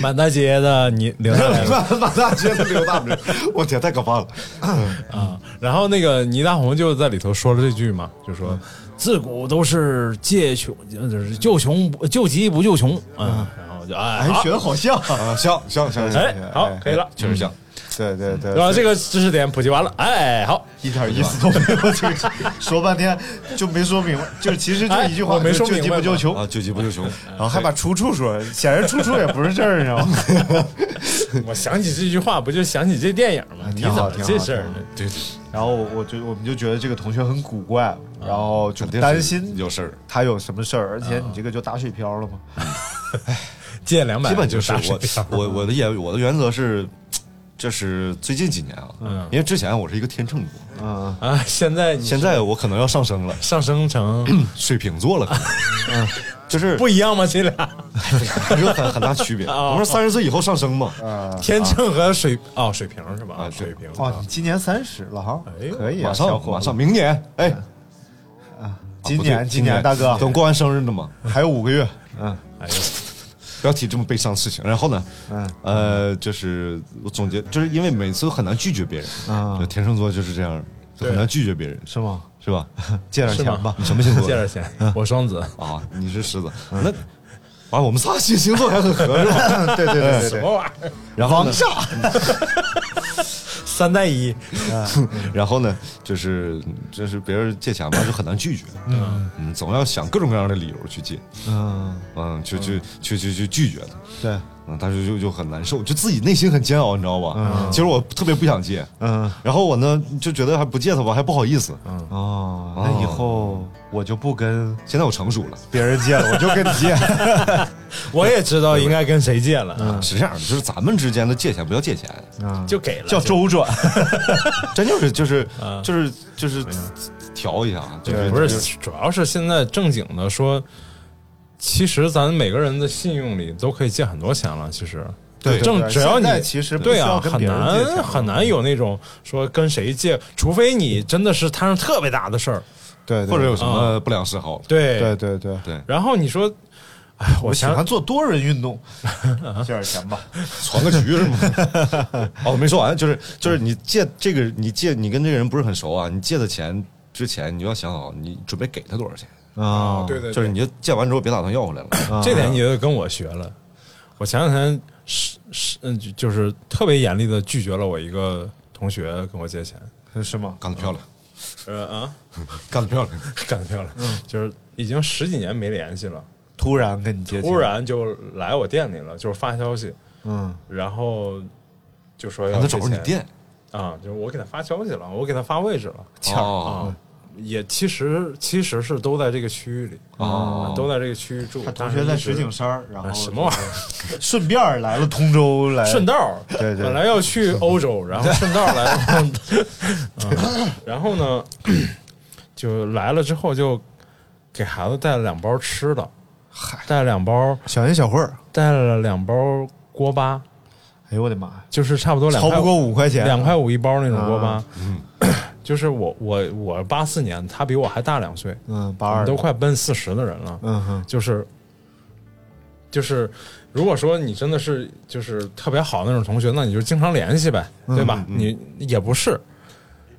D: 满大街的你留下来
E: 哎
D: 了。
C: 满满大街的刘大明，我天，太可怕了！
D: 啊， 然后那个倪大红就在里头说了这句嘛，就说嗯自古都是借穷，就是救穷不救急不救穷啊，然后就哎
E: 哎，
D: 好
E: 学得好像。
C: 啊，像像像像，
D: 哎好可以了，
C: 确实像。
E: 对对对
D: 对，吧？这个知识点普及完了，哎 好，
E: 一点意思都没有，这个说半天就没说明白，就是其实就一句话，
D: 哎我没说
E: 就救急
D: 明白
E: 不救穷，
C: 啊，救急不救穷，
E: 然
D: 嗯
E: 后还把出处说，显然出处也不是这儿，你知道吗？
D: 我想起这句话不就想起这电影吗？你
E: 挺
D: 怎
E: 好
D: 么
E: 挺好
D: 这事儿
E: 挺好
D: 呢？对，
E: 然后我我就我们就觉得这个同学很古怪，然后就
C: 肯定
E: 嗯
C: 是
E: 担心嗯
C: 有事儿。
E: 他有什么事儿，而且你这个就打水漂了嘛。
D: 借两百
C: 基本就是
E: 哎
D: 打水
C: 我
D: 漂
C: 我我的原我的原则是，这是最近几年啊，因为之前我是一个天秤座，
E: 嗯，
D: 啊，现在你
C: 现在我可能要上升了，嗯
D: 上升成
C: 水瓶座了，可能，
E: 嗯
C: 就是
D: 不一样吗？这俩
C: 有很很大 区别。
E: 哦
D: 啊
C: 我们是三十岁以后上升嘛，
D: 天秤和水哦水瓶是吧？
C: 啊对
D: 水瓶
E: 哦，你今年三十了哈
D: 哎，呦
E: 可以啊，
C: 马
E: 小
C: 上
E: 伙
C: 马
E: 子嗯
C: 上明年，哎，
E: 今
C: 不对
E: 年今年大哥
C: 等过完生日呢嘛，还有五个月，
E: 嗯，
D: 哎呦，
C: 不要提这么悲伤的事情。然后呢，
E: 嗯
C: 呃，就是我总结，就是因为每次都很难拒绝别人，
E: 啊
C: 就天秤座就是这样，就很难拒绝别人，
E: 是吗？
C: 是吧？
E: 借点
D: 是
E: 钱
D: 吗
E: 吧，
C: 你什么星座
D: 借？点钱，我双子，
C: 啊，你是狮子，那完我们仨星星座还很合是吧？
E: 嗯对对对对
D: 什
E: 对，
D: 么玩意儿？
C: 然后呢？
D: 三带一，
C: 然后呢，就是就是别人借钱吧，就很难拒绝，嗯总要想各种各样的理由去借，
E: 嗯，
C: 嗯，去去去去去拒绝他，
E: 对，
C: 嗯，但是就就很难受，就自己内心很煎熬，你知道吧？其实我特别不想借，
E: 嗯，
C: 然后我呢就觉得还不借他吧，还不好意思，
E: 哦，那以后我就不跟
C: 现在我成熟了。
E: 别人借了，我就跟你 借。
D: 我也知道应该跟谁借
E: 嗯
D: 了，
C: 是这样的，就是咱们之间的借钱不要借钱，
D: 就给了，
E: 叫周转， 嗯
C: 真就是就是
D: 啊
C: 就是就是调一下，啊就是
D: 不是，主要是现在正经的说，其实咱每个人的信用里都可以借很多钱了。其实，
C: 对
D: 正只要你
E: 现在其实不
D: 对
E: 需
D: 啊，
E: 要跟
D: 很
E: 别人借钱
D: 难
E: 了
D: 很难有那种说跟谁借，除非你真的是摊上特别大的事儿。
E: 对，对
C: 或者有什么不良嗜好，
D: 对
E: 对对对，
C: 对，
D: 然后你说，哎，我
E: 喜
D: 前
E: 欢做多人 运动，借点钱吧。
C: 传个局是吗？ 哦，我没说完，就是就是你借这个，你借你跟这个人不是很熟啊，你借的钱之前你要想好，你准备给他多少钱，
E: 啊，
D: 对对，
C: 就是你就借完之后别打算要 回来了。
D: 这点你就跟我学了。我前两天是是嗯，就就是特别严厉的拒绝了我一个同学跟我借钱。
E: 是吗？
C: 干得漂亮，
D: 呃啊，
C: 干得漂亮，
D: 干得漂亮，
E: 嗯
D: 就是已经十几年没联系了。
E: 突然跟你借钱，
D: 突，然就来我店里了，就是发消息，
E: 嗯，
D: 然后就说要
C: 让他找着你
D: 借钱
C: 店，
D: 啊，就是我给他发消息了，我给他发位置了，
C: 哦
D: 啊，也其实其实是都在这个区域里，啊，都在这个区域住。
E: 哦同
D: 但是
E: 学在
D: 一直
E: 石景山，然后
D: 啊什么玩意儿，
E: 儿，顺便儿来了通州，来
D: 顺道 儿，
E: 对对
D: 本来要去欧洲，然后顺道儿来 了，嗯然后呢， 就来了之后就给孩子带了两包吃的，带了两包，
E: 小恩小惠儿，
D: 带了两包锅巴。
E: 哎呦我的妈呀，
D: 就是差不多两
E: 超
D: 块
E: 不过五块钱，
D: 两块五一包那种锅巴嗯
E: 啊。
D: 就是我我我八四年，他比我还大两岁，
E: 嗯，八
D: 我
E: 二
D: 们都，快奔四十的人了。
E: 嗯哼，
D: 就是就是，如果说你真的是就是特别好的那种同学，那你就经常联系呗，对吧？你也不是，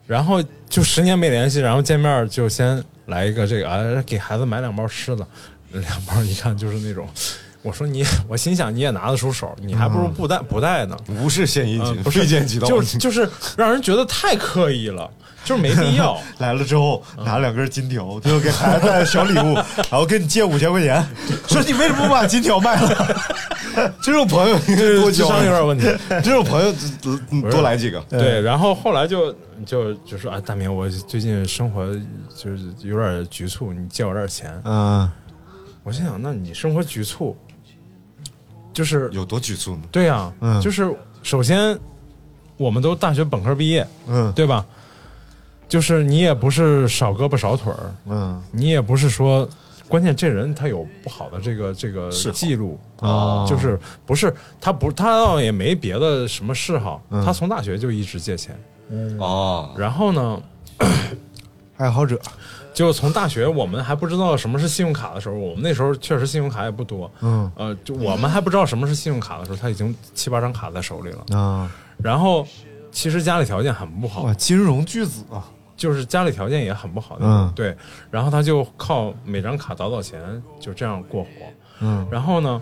D: 然后就十年没联系，然后见面就先来一个这个啊，给孩子买两包吃的，两包一看就是那种。我说你，我心想你也拿得出手，你还不如不带不带呢。
C: 无事献殷勤，
D: 啊不是
C: 非奸 即盗。
D: 就是就是让人觉得太刻意了，就是没必 要。
E: 来了之后拿两根金条，最后给孩子带小礼物，然后给你借五千块钱，说你为什么不把金条卖了？
C: 这种朋友应该
D: 智
C: 多交，
D: 商有点问题。
C: 这种朋友多多多来几个。
D: 对，然后后来就就就说啊，大明，我最近生活就是有点局促，你借我点钱。
E: 嗯，
D: 我心想，那你生活局促，就是
C: 有多局促呢？
D: 对呀、
E: 嗯
D: 就是首先我们都大学本科毕业，
E: 嗯
D: 对吧？就是你也不是少胳膊少腿儿，
E: 嗯
D: 你也不是说，关键这人他有不好的这个这个
C: 嗜好
D: 记录啊
E: 哦
D: 就是不是他不他倒也没别的什么嗜好，
E: 嗯
D: 他从大学就一直借钱，嗯
C: 哦，
D: 然后呢，
E: 爱好者，
D: 就从大学我们还不知道什么是信用卡的时候，我们那时候确实信用卡也不多，
E: 嗯
D: 呃，就我们还不知道什么是信用卡的时候，他已经七八张卡在手里了，
E: 啊，
D: 然后其实家里条件很不好
E: 哇，，金融巨子啊，
D: 就是家里条件也很不好的，
E: 嗯
D: 对，然后他就靠每张卡倒倒钱，就这样过活，
E: 嗯
D: 然后呢，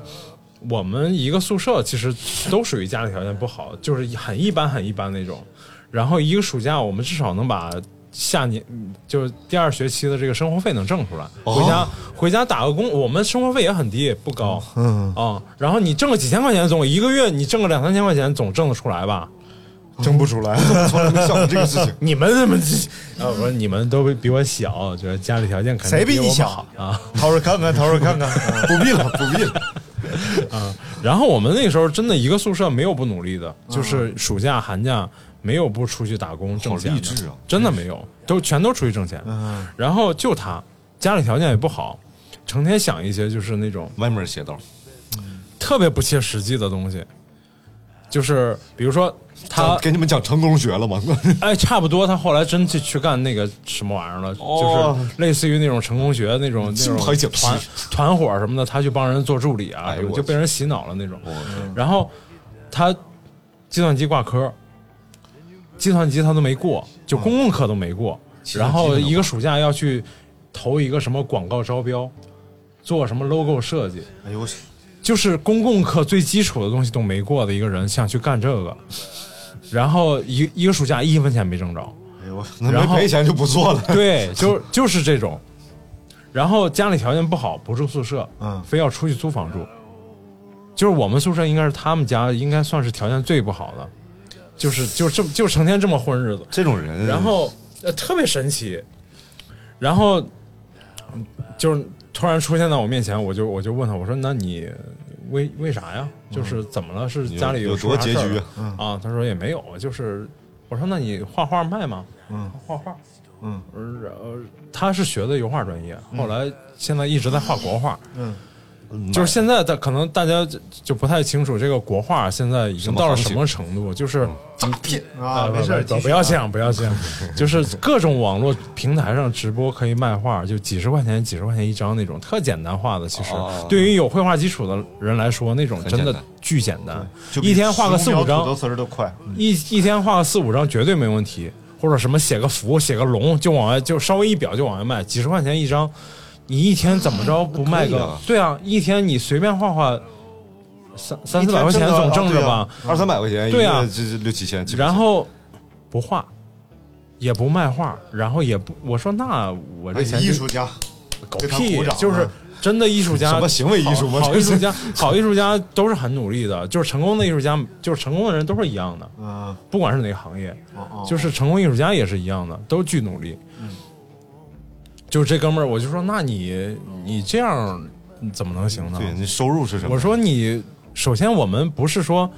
D: 我们一个宿舍其实都属于家里条件不好，就是很一般很一般那种。然后一个暑假，我们至少能把下年嗯就是第二学期的这个生活费能挣出来，
E: 哦
D: 回家回家打个工，我们生活费也很低，不高啊、
E: 嗯，
D: 然后你挣个几千块钱总，一个月你挣个两三千块钱，总挣得出来吧？。
E: 挣不出来，
C: 从来没想过这个事情
D: 你们怎么这？啊，我说你们都比我小，觉得家里条件肯定
E: 谁比
D: 我
E: 你
D: 们
E: 小
D: 好啊？
E: 掏出看看，掏出看看，啊
C: 不必了，不必了。
D: 然后我们那时候真的一个宿舍没有不努力的，就是暑假寒假没有不出去打工挣钱
C: 好
D: 的，
C: 励志啊
D: 真的没有，都全都出去挣钱。
E: 嗯
D: 然后就他家里条件也不好，成天想一些就是那种
C: 歪门邪道，
D: 特别不切实际的东西，就是比如说他
C: 给你们讲成功学了吗？
D: 哎，差不多，他后来真去去干那个什么玩意儿了，
C: 哦
D: 就是类似于那种成功学那种那
C: 金牌
D: 种
C: 讲师
D: 团团伙什么的，他去帮人做助理啊，
C: 哎
D: 什
C: 呦
D: 么
C: 我哦
D: 就被人洗脑了那种。嗯然后他计算机挂科，计算机他都没过，
C: 嗯
D: 就公共课都没过。然后一个暑假要去投一个什么广告招标，做什么 logo 设计，
E: 哎呦我去，
D: 就是公共课最基础的东西都没过的一个人，想去干这个，然后一一个暑假一分钱没挣着。
E: 哎呦我，
C: 那没
D: 然后
C: 赔钱就不错了。
D: 对，就就是这种。然后家里条件不好，不住宿舍，
E: 嗯
D: 非要出去租房住。就是我们宿舍应该是他们家应该算是条件最不好的，就是就这么就成天这么混日子。
C: 这种人，
D: 然后呃特别神奇，然后嗯就是突然出现在我面前，我就我就问他，我说那你为为啥呀？就是怎么了？是
C: 有
D: 家里
C: 有
D: 出
C: 多
D: 啥
C: 拮
D: 事儿
C: 据
D: 了啊？他说也没有，就是我说那你画画卖吗？嗯，画画。
E: 嗯
D: 嗯，然后他是学的油画专业，后来现在一直在画国画。就是现在的可能大家就就不太清楚这个国画现在已经到了什么程度，就是
E: 诈骗
D: 啊
E: 啊，没事儿，
D: 不
E: 继续
D: 不要这样，不要这 样，就是各种网络平台上直播可以卖画，就几十块钱、几十块钱一张那种特简单画的。其实
C: 哦
D: 对于有绘画基础的人来说，那种
C: 很
D: 真
C: 简
D: 的
C: 单
D: 巨简单，
E: 就比
D: 呃一天画个四五
E: 10秒土豆
D: 张，嗯
E: 丝儿都快。
D: 一一天画个四五张绝对没问题。或者什么写个符、写个龙，就往外就稍微一裱就往外卖，几十块钱一张，你一天怎么着不卖
C: 可以
D: 个
C: 啊？
D: 对啊，一天你随便画画，三三四百块钱总
E: 啊
D: 挣着吧？
C: 二三百块钱，
D: 对啊
C: 一个这这六七千，七八千
D: 然后不画，也不卖画，然后也不我说那我
C: 哎
D: 这钱
E: 艺术家，
D: 狗
E: 给他
D: 屁
E: 鼓，掌
D: 就是真的艺术家
C: 啊什么行为艺术吗？
D: 好艺术家，好艺术家都是很努力的，就是成功的艺术家，就是成功的人都是一样的，
C: 啊
E: 嗯，
D: 不管是哪个行业，
C: 嗯
E: 哦哦
D: 就是成功艺术家也是一样的，都巨努力。就是这哥们儿，我就说，那你你这样怎么能行呢？
C: 哦对，你收入是什么？
D: 我说你，首先我们不是说，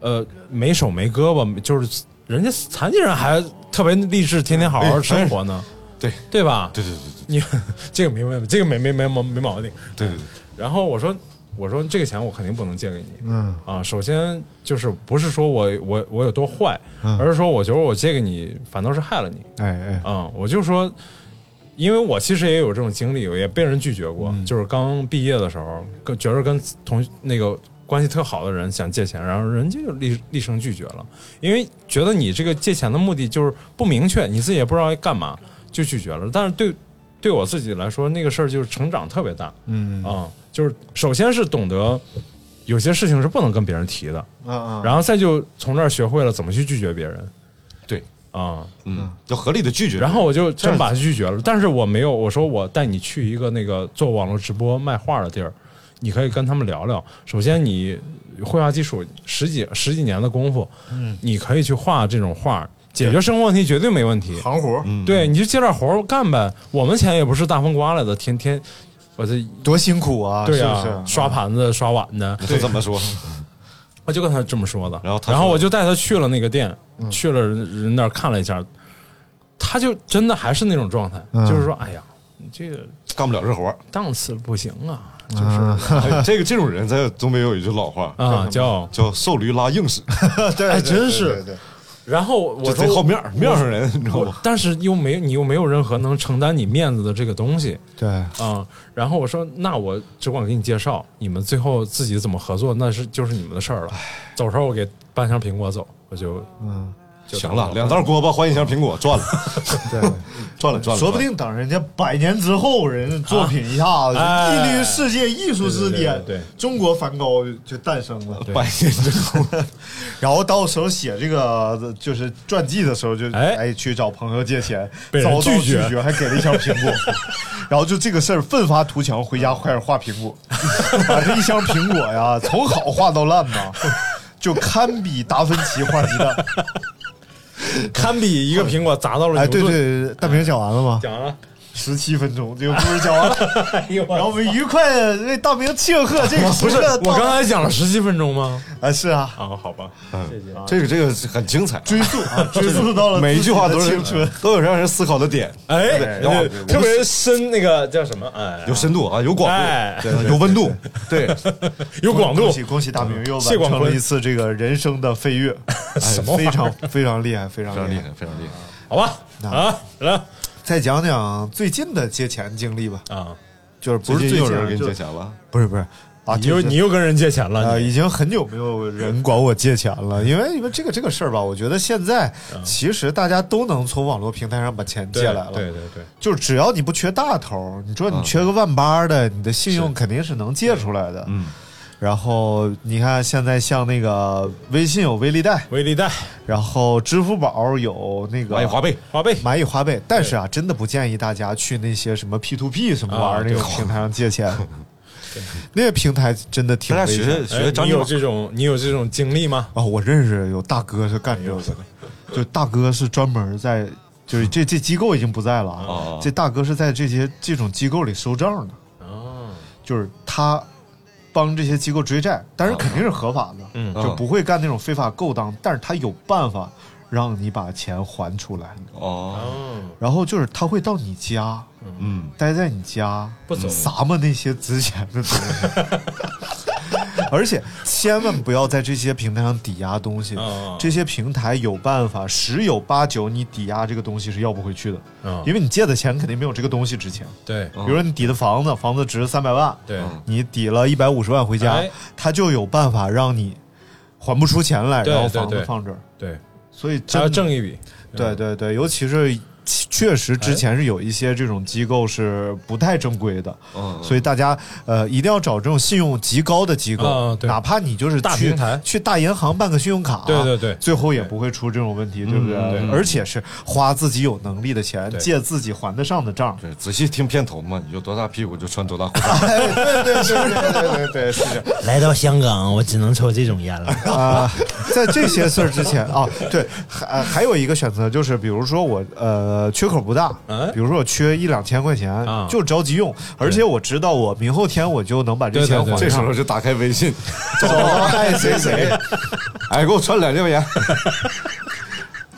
D: 呃，没手没胳膊，就是人家残疾人还特别励志，天天好好生活呢，
C: 哎对
D: 对吧？
C: 对对
D: 你 这个没问，这个没没没毛没毛病。
C: 对对对对，
D: 然后我说，我说这个钱我肯定不能借给你，嗯啊，首先就是不是说我我我有多坏，而是说我觉得我借给你反倒是害了你，
E: 嗯哎哎，
D: 嗯，我就说，因为我其实也有这种经历，我也被人拒绝过，
E: 嗯
D: 就是刚毕业的时候，跟觉得跟同那个关系特好的人想借钱，然后人家就厉厉声拒绝了，因为觉得你这个借钱的目的就是不明确，你自己也不知道要干嘛，就拒绝了。但是对对我自己来说，那个事儿就是成长特别大，嗯啊、就是首先是懂得有些事情是不能跟别人提的，
E: 嗯嗯，
D: 然后再就从这儿学会了怎么去拒绝别人
C: 对，
D: 啊。
C: 嗯，要合理的拒绝。
D: 然后我就
C: 这
D: 真
C: 样
D: 把他拒绝了，但是我没有，我说我带你去一个那个做网络直播卖画的地儿，你可以跟他们聊聊。首先，你绘画基础十几十几年的功夫，嗯，你可以去画这种画，解决生活问题绝对没问题。
E: 行活儿
C: 嗯
D: 对，你就接点活儿干呗。我们钱也不是大风刮来的，天天我这
E: 多辛苦啊，
D: 对
E: 是
D: 呀、
E: 不是？
D: 刷盘子刷碗的，
C: 他怎么说？
D: 我就跟他这么说的，
C: 然后他说
D: 我就带他去了那个店，去了人人那儿看了一下，他就真的还是那种状态，就是说，哎呀，你这个
C: 干不了这活儿。
D: 档次不行啊，就是
C: 哎这个这种人在东北有一句老话，
D: 啊，叫
C: 叫瘦驴拉硬屎，
E: 对，
D: 哎
E: 对
D: 真
E: 对
D: 是
E: 对对
D: 然后
C: 这
D: 我
C: 贼
D: 说
C: 好面儿面上人，你知道
D: 我
C: 吗？
D: 但是又没你又没有任何能承担你面子的这个东西
E: 对，
D: 啊，然后我说那我只管给你介绍，你们最后自己怎么合作那是就是你们的事儿了，走时候我给半箱苹果走，我就
E: 嗯
D: 就
C: 行了，两袋锅巴换一箱苹果，赚了，
E: 对，
C: 赚了，赚了。
E: 说不定等人家百年之后，人家作品一下子
D: 啊
E: 屹立世界艺术之
D: 哎
E: 巅，
D: 对对对
E: 中国梵高就诞生了。
D: 对
C: 半夜之后，
E: 然后到时候写这个就是传记的时候就，
D: 哎
E: 哎去找朋友借钱，
D: 被人
E: 遭到拒
D: 拒绝
E: 还给了一箱苹果， 然后就这个事儿奋发图强，回家开始画苹果， 把这一箱苹果呀从好画到烂 呐，就堪比达芬奇画鸡蛋。
D: 堪比一个苹果砸到了
E: 哎，
D: 牛
E: 对
D: 顿
E: 对对，大明讲完了吗？
D: 讲啊，
E: 十七分钟，这个故事 讲完了，然后我们愉快的为大明庆贺这个
D: 不
E: 时
D: 是
E: 刻。
D: 我刚才讲了十七分钟吗？
E: 啊是啊，
D: 啊，好吧，
C: 这个这个是很精彩，
E: 追溯啊，追 溯到了
C: 每一句话都
E: 自己
C: 是
E: 的青春。
C: 都有让人思考的点，
D: 哎
C: 对，然后
D: 对特别深，那个叫什么？哎，
C: 有深度啊，有广
D: 哎
C: 度，对有温度，对，
D: 有广度
E: 恭，喜恭喜大明又完
D: 嗯谢广
E: 成了
D: 坤
E: 一次这个人生的飞跃，哎
D: 什么玩意
E: 非
D: 儿
E: 常非常厉害，非
C: 非
E: 常
C: 常
E: 厉
C: 厉
E: 害
C: 害，。非常厉害。
D: 好吧？啊，来
E: 再讲讲最近的借钱经历吧，
D: 啊，
E: 就是不是
C: 最
E: 最
C: 近
E: 近
C: 有人
E: 啊
C: 给你
E: 就
C: 借钱了？
E: 不是不是啊，
D: 你又
E: 就是
D: 你又跟人借钱
E: 呃，
D: 了，你
E: 已经很久没有人管我借钱了，因为因为这个这个事儿吧，我觉得现在其实大家都能从网络平台上把钱
D: 嗯
E: 借
D: 对
E: 来了，
D: 对对对，
E: 就是只要你不缺大头儿，你说你
C: 嗯
E: 缺个万八的，你的信用肯定是能借出来的。
C: 嗯，
E: 然后你看现在像那个微信有微粒贷，
D: 微粒贷、
E: 然后支付宝有那个
C: 蚂蚁花呗，
D: 花呗，
E: 蚂蚁花呗，但是啊，真的不建议大家去那些什么 P to P 什么玩意
D: 啊
E: 儿那种
D: 对
E: 平台上借 钱，那个平台真的挺
C: 大
E: 危
C: 家学
E: 险的
C: 学
D: 哎
C: 学张
D: 你
C: 继
D: 有
C: 宝，
D: 这种你有这种经历吗？
E: 啊！我认识有大哥是干这
C: 哎
E: 个的，就大哥是专门在，就是这这机构已经不在了
C: 哦
E: 啊，这大哥是在这些这种机构里收账的，
D: 啊，
C: 哦
E: 就是他帮这些机构追债，但是肯定是合法的，
D: 嗯
E: 就不会干那种非法勾当，但是他有办法让你把钱还出来，
D: 嗯
C: 哦，
E: 然后就是他会到你家，
C: 嗯，
E: 待在你家，
D: 不走
E: 撒嘛那些值钱的 东西。而且千万不要在这些平台上抵押东西，
D: 嗯
E: 这些平台有办法，十有八九你抵押这个东西是要不回去的，
D: 嗯
E: 因为你借的钱肯定没有这个东西值钱。
D: 对
E: 比如说你抵的房子，房子值三百万，
D: 对
E: 你抵了一百五十万回家
D: 哎，
E: 他就有办法让你还不出钱来，
D: 对
E: 然后
D: 对
E: 房子
D: 对
E: 放这儿。
D: 对，
E: 所以
D: 他
E: 真
D: 要
E: 的
D: 挣哎一笔，
E: 对对对，尤其是确实之前是有一些这种机构是不太正规的，
C: 嗯嗯
E: 所以大家呃一定要找这种信用极高的机构，
D: 啊对
E: 哪怕你就是
D: 大
E: 去
D: 平台
E: 去大银行办个信用卡，
D: 对对对
E: 最后也不会出这种问题，对不对？
D: 嗯对
E: 而且是花自己有能力的钱，
D: 对
E: 借自己还得上的账。
C: 对，仔细听片头嘛，你就多大屁股就穿多大裤 衩。
E: 哎对对对对对对，是这样。
F: 来到香港，我只能抽这种烟了。
E: 啊、在这些事儿之前啊，对，还、呃还有一个选择就是，比如说我呃缺口不大
D: 哎，
E: 比如说我缺一两千块钱，
D: 啊
E: 就着急用，而且我知道我明后天我就能把这
D: 对
E: 钱
D: 对对
E: 还
C: 这时
E: 上。
C: 候就打开 微信，
E: 找爱哦谁谁，
C: 哎，给我串两千块钱。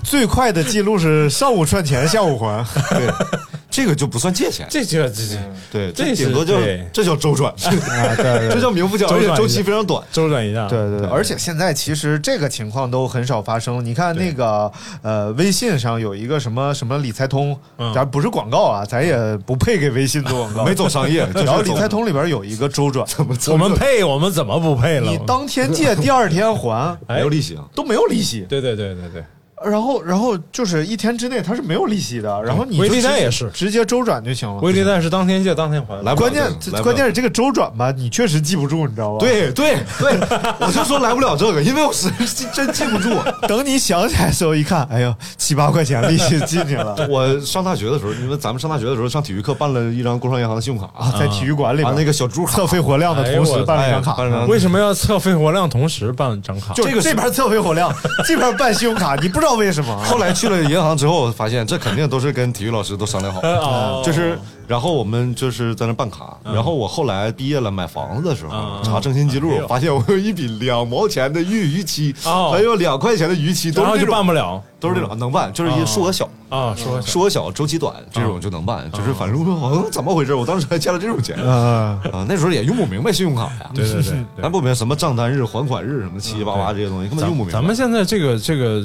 E: 最快的记录是上午赚钱，下午还。
C: 对， 这个就不算借钱，
D: 这这这这
E: 嗯
C: 对，
D: 这是
C: 顶多叫
D: 对
C: 这叫周转，
E: 啊，对
C: 这叫名副其
D: 周
C: 实，
D: 转一
C: 而且
D: 下
C: 周期非常短。
D: 周转一下，
E: 对对对，而且现在其实这个情况都很少发生了。你看那个呃，微信上有一个什么什么理财通，
D: 嗯
E: 咱不是广告啊，咱也不配给微信做广告，
C: 没 走商业，就是
E: 然后理
C: 走
E: 财通里边有一个周转，
D: 我们配，我们怎么不配了？
E: 你当天借，第二天 还，
C: 没有利息啊。
E: 都没有利息。
D: 对对对对对，
E: 然后，然后就是一天之内它是没有利息的。然后你就
D: 微粒贷
E: 直
D: 也是
E: 直接周转就行了。
D: 微粒贷是当天借当天还，
C: 来不了
E: 关键
C: 这个来不了
E: 关键是这个周转吧，你确实记不住，你知道吧？，
C: 对对 对，我就说来不了这 个，因为我实真记 不住。
E: 等你想起来的时候一看，哎呦，七八块钱利息进 去了
C: 我上大学的时候，因为咱们上大学的时候上体育课办了一张工商银行的信用卡，
E: 啊，在体育馆里
C: 把
E: 边
C: 那个小猪卡
E: 测肺活量的同时办了一张卡
C: 哎，呦我
D: 为什么要测肺活量同时办张卡？
E: 就
C: 这个是
E: 这边测肺活 量，这边办信用卡，你不知道为什么啊
C: 后来去了银行之后，发现这肯定都是跟体育老师都商量好的，
D: 哦
C: 就是然后我们就是在那办卡，然后我后来毕业了买房子的时候
D: 嗯
C: 查征信记录，发现我有一笔两毛钱的预逾期，
D: 哦
C: 还有两块钱的逾期，都
D: 然
C: 是
D: 后
C: 这
D: 就
C: 种
D: 办不了
C: 都是这种能办，就是一数额小。
D: 啊，说哦
C: 数额小、周期短这种就能办，就是反正好像怎么回事，我当时还欠了这种钱啊、
E: 啊，
C: 那时候也用不明白信用卡呀，
D: 嗯对对对 对
C: 咱不明白什么账单日、还款日什么七七八八这些东西，根本用不明白。
D: 咱们现在这个这个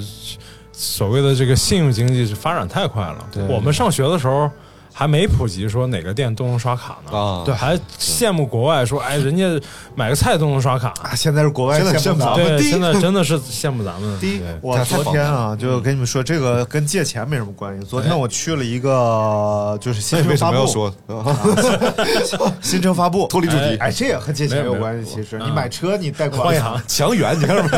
D: 所谓的这个信用经济是发展太快了。我们上学的时候还没普及说哪个店都能刷卡呢，
C: 啊
D: 对，还羡慕国外说，哎，人家买个菜都能刷卡。
E: 啊现在是国外
C: 现在
E: 羡慕
C: 羡
E: 咱们
C: 慕咱
D: 对，
C: 们第一
D: 现在真的是羡慕咱们。
E: 第一
D: 对，
E: 我昨天啊，就跟你们说，这个跟借钱没什么关系。昨天我去了一个，就是新
C: 那
E: 车
C: 为什
E: 发
C: 么
E: 布，
C: 要说？
E: 新车发布
C: 脱离主题
E: 哎，这也和借钱
D: 没有
E: 有
D: 没有哎
E: 关系。其实你买车，你贷
D: 汪
E: 款
D: 洋，
C: 强援，你看什么？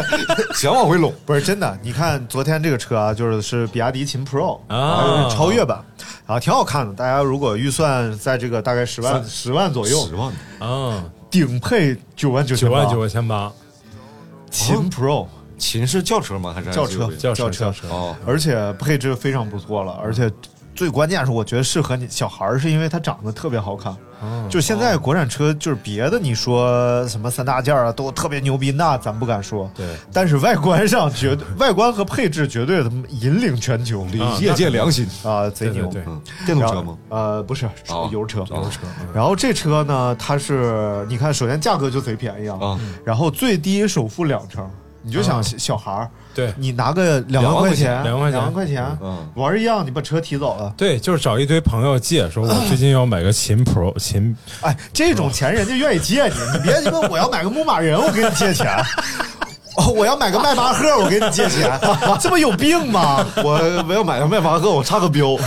C: 想往回拢。
E: 不是真的。你看昨天这个车啊，就是是比亚迪秦 Pro
D: 啊
E: 就是超越版，啊，挺好看的。大家如果预算在这个大概十万十万左右，
C: 万，
D: 嗯，
E: 顶配九万九千
D: 九
E: 八，
D: 万九千八，
E: 秦 Pro
C: 秦是轿车吗？还是
E: 轿车
C: SUV
D: 轿
E: 轿
D: 车
E: 车
D: 车，
C: 哦，嗯
E: 而且配置非常不错了，而且最关键是，我觉得适合你小孩儿，是因为它长得特别好看。
C: 哦
E: 就现在国产车，就是别的你说什么三大件儿啊，都特别牛逼，那咱不敢说。
D: 对
E: 但是外观上 绝对，外观和配置绝对他
C: 啊
E: 妈引领全球，
C: 业界良心，
E: 啊，贼
D: 对
E: 牛。
D: 对对
C: 嗯，电动车吗？
E: 呃，不是
C: 哦，
E: 油车。
C: 油车
E: 然后这车呢，它是你看，首先价格就贼便宜啊，
C: 啊，
E: 然后最低首付两成，你就想小小孩儿，
D: 啊对
E: 你拿个两万块钱，
D: 两万块钱嗯
E: 两万块钱
C: 嗯
E: 玩一样，你把车提走了。
D: 对，就是找一堆朋友借，说我最近要买个秦 Pro 秦，
E: 哎，这种钱人家愿意借 你，你别鸡巴我要买个牧马人，我给你借钱。 哦，我要买个迈巴赫，我给你借钱， 这不有病吗？
C: 我我要买个迈巴赫，我差 个标，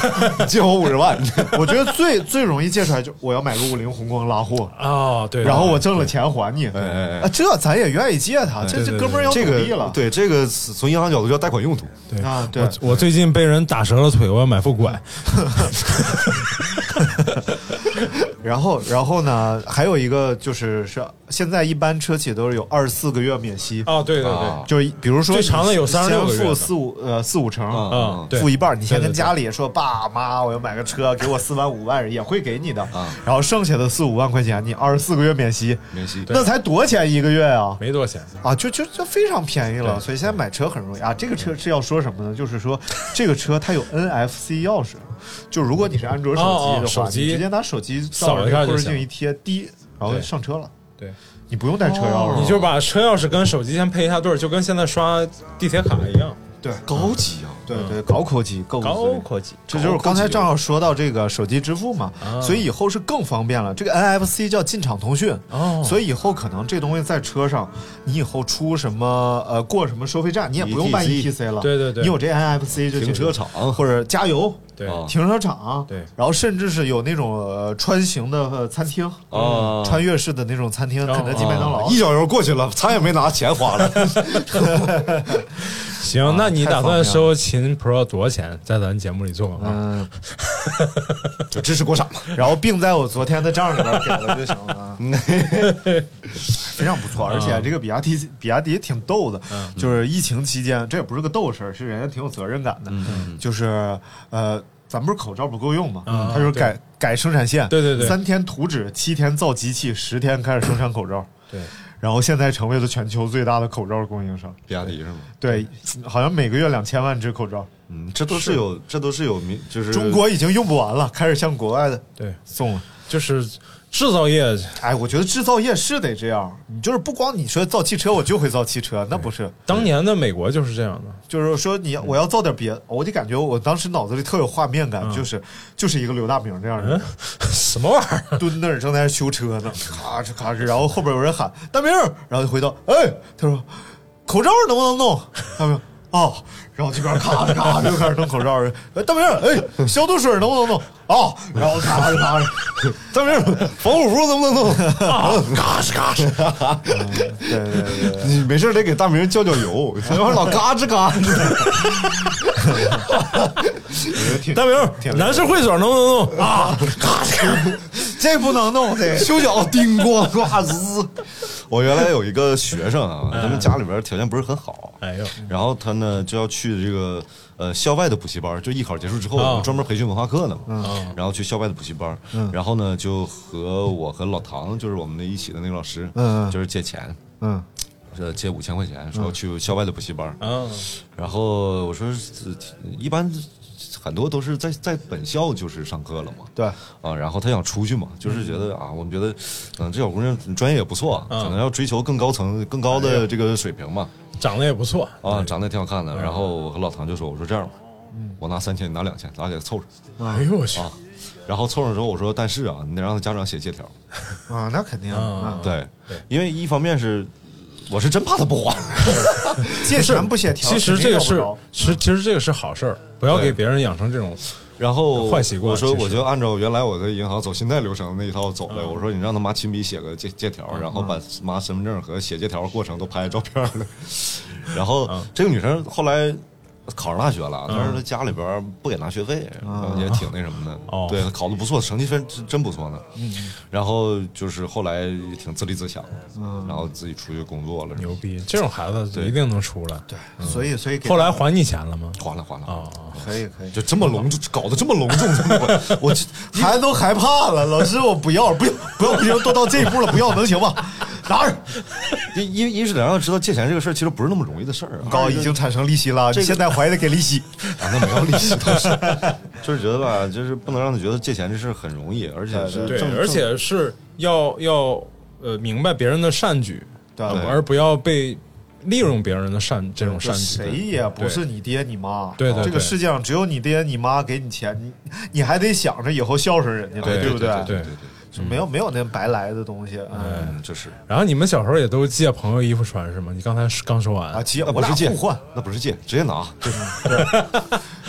C: 借我五十万。
E: 我觉得最最容易借出来就我要买个五菱宏光拉货，
D: 哦，对，
E: 然后我挣了钱还你。
C: 哎哎
E: 啊，这咱也愿意借他，这
D: 对
E: 这
D: 对
E: 哥们儿要
C: 这
E: 努力
C: 个
E: 了。
C: 对这个从银行角度叫贷款用途，
D: 对
E: 啊对
D: 我我最近被人打折了腿，我要买副 拐，
E: 然后，然后呢，还有一个就是是现在一般车企都是有二十四个月免息，
D: 哦，对对
C: 啊
D: 对，
E: 就比如说
D: 最长的有
E: 你先
D: 36个月
E: 付
D: 的
E: 四五呃四五成，
C: 啊
D: 嗯，对
E: 付一半儿，你先
D: 对对
E: 跟
D: 对
E: 家里说爸妈，我要买个车，给我四万五万也会给你的
C: 啊，
E: 然后剩下的四五万块钱你二十四个月免息，
C: 免息。
E: 那才多少钱一个月啊？
D: 没多少钱，
E: 啊，就就就非常便宜了，
D: 对
E: 所以现在买车很容易啊。这个车是要说什么呢？就 是说，这个车它有 NFC 钥匙，就如果你是安卓手机的话，
D: 哦哦手机
E: 你直接拿手机
D: 扫
E: 照
D: 一下
E: 着
D: 就
E: 后视
D: 行
E: 镜一贴，滴，然后
D: 对
E: 上车了，
D: 对。
E: 你不用带车钥匙了，
D: 你就把车钥匙跟手机先配一下对儿，就跟现在刷地铁卡一样。
E: 对
C: 高级啊！
E: 对对高科技，
D: 嗯
E: 高
D: 高科技，
E: 这就是刚才正好说到这个手机支付嘛，
D: 啊
E: 所以以后是更方便了。这个 NFC 叫进场通讯，
D: 哦
E: 所以以后可能这东西在车上，你以后出什么呃过什么收费站，你也不用办
C: ETC
E: ETC
D: E
E: 了，
D: 对对对
E: 你有这 NFC 就
C: 停车场
E: 或者加油，
D: 对
C: 啊
E: 停车场，
D: 对
E: 然后甚至是有那种呃穿行的呃餐厅
C: 啊
E: 穿越式的那种餐厅，
D: 哦
E: 肯德基、麦当劳
C: 一，脚油过去了，餐也没拿，钱花 了。
D: 行，那你
E: 啊太
D: 打
E: 方便
D: 算收秦 Pro 多少钱？在咱节目里做广告，
E: 嗯，
C: 就支持国产嘛。
E: 然后并在我昨天的账里边给了就行了，啊
D: 嗯
E: 非常不错。而且这个比亚迪，比亚迪挺逗的，
D: 嗯
E: 就是疫情期间，这也不是个逗事儿，是人家挺有责任感的，
D: 嗯
E: 就是呃。咱不是口罩不够用嘛，
D: 嗯
E: 他就是改改生产线，
D: 对对对
E: 三天图纸，七天造机器，十天开始生产口罩，
D: 对，
E: 然后现在成为了全球最大的口罩供应商，
C: 比亚迪是吗？
E: 对，好像每个月两千万只口罩，
C: 嗯，这都是有，这都是有民，就是
E: 中国已经用不完了，开始向国外的
D: 对，
E: 送了。
D: 就是制造业
E: 哎，我觉得制造业是得这样，你就是不光你说造汽车，我就会造汽车，那不是，
D: 当年的美国就是这样的，
E: 就是说你我要造点别，我就感觉我当时脑子里特有画面感，就是就是一个刘大明那样的人，
D: 什么玩意儿？
E: 蹲那儿正在那儿修车呢，咔哧咔哧，然后后边有人喊大明儿，然后就回头，哎，他说口罩能不能弄？大明儿。哦，然后这边咔哧咔哧就开始弄口罩，哎，大明儿，哎，消毒水能不能弄？哦，然后咔哧咔哧，大明儿，
C: 防护服能不能弄？
D: 啊
C: 嘎吱嘎吱，
E: 嗯对对对对，
C: 你没事得给大明浇浇 油，要是老嘎吱嘎吱。
D: 大明，男士会所能不能弄啊？
E: 这不能 弄，这
C: 修脚叮咣呱滋。我原来有一个学生啊，
E: 嗯
C: 他们家里边条件不是很好，
D: 哎呦，
C: 然后他呢就要去这个呃校外的补习班，就艺考结束之后，
D: 啊
E: 哦
C: 我们专门培训文化课呢嘛，
E: 嗯
C: 然后去校外的补习班，然后呢就和我和老唐，就是我们的一起的那个老师，
E: 嗯嗯
C: 就是借钱，
E: 嗯。
C: 呃借五千块钱，说去校外的补习班，
D: 嗯，
C: 然后我说呃一般很多都是在在本校就是上课了嘛，
E: 对，
C: 啊，然后他想出去嘛，就是觉得啊，我们觉得，嗯，这小姑娘专业也不错，啊可能要追求更高层、更高的这个水平嘛。
D: 长得也不错
C: 啊，长得也挺好看的。然后我和老唐就说：“我说这样吧，我拿三千，你拿两千，咱俩给他凑上
D: 哎呦我去，
C: 啊。”然后凑上之后，我说：“但是啊，你得让他家长写借条。
E: 啊，那肯定，啊
D: 啊
C: 对，因为一方面是我是真怕他不还，
E: 借钱不写条，
D: 其实
E: 肯定
D: 这个
E: 要不
D: 是
E: 着，嗯
D: 其其实这个是好事儿，不要
C: 对
D: 给别人养成这种
C: 然后
D: 坏习惯
C: 我说
D: 其实嗯
C: 我就按照原来我在银行走信贷流程那一套走了。我说你让他妈亲笔写个借借条，然后把妈
D: 嗯
C: 身份证和写借条过程都拍照片了。然后这个女生后来考上大学了，但是他家里边不给拿学费，也挺那什么的。
D: 嗯哦嗯
C: 对，考的不错，成绩分真真不错呢。然后就是后来也挺自立自强的，然后自己出去工作了，
D: 嗯牛逼，这种孩子一定能出来。对，
E: 所以所以给
D: 后来还你钱了吗？
C: 还了还了。
D: 啊，
E: 可以可以，
C: 就这么隆重，搞得这么隆重，这么我我就
E: 孩子都害怕了，老师我不要 不要不要不行，都到这一步了，不要能行吗？哪儿
C: 一一一是得让他知道借钱这个事儿其实不是那么容易的事儿啊。
E: 高已经产生利息了，你现在还得给利息，
C: 啊，那没有利息倒是，就是觉得吧，就是不能让他觉得借钱这事儿很容易，而且是
D: 对
C: 正，
D: 而且是要要呃明白别人的善举，
E: 对
D: 呃而不要被利用别人的善这种善举。
E: 谁也不是你爹你妈，
D: 对对对
E: 这个世界上只有你爹你妈给你钱，你你还得想着以后孝顺人家，
D: 对
E: 不
C: 对
D: 对
C: 对对，
E: 就没有没有那白来的东西，嗯
C: 嗯，就是
D: 然后你们小时候也都借朋友衣服穿是吗？你刚才是刚说
E: 啊，
D: 完，
E: 姐，
C: 那
E: 我
C: 不
E: 俩
C: 是借
E: 互换。，
C: 那不是借，直接 拿，就是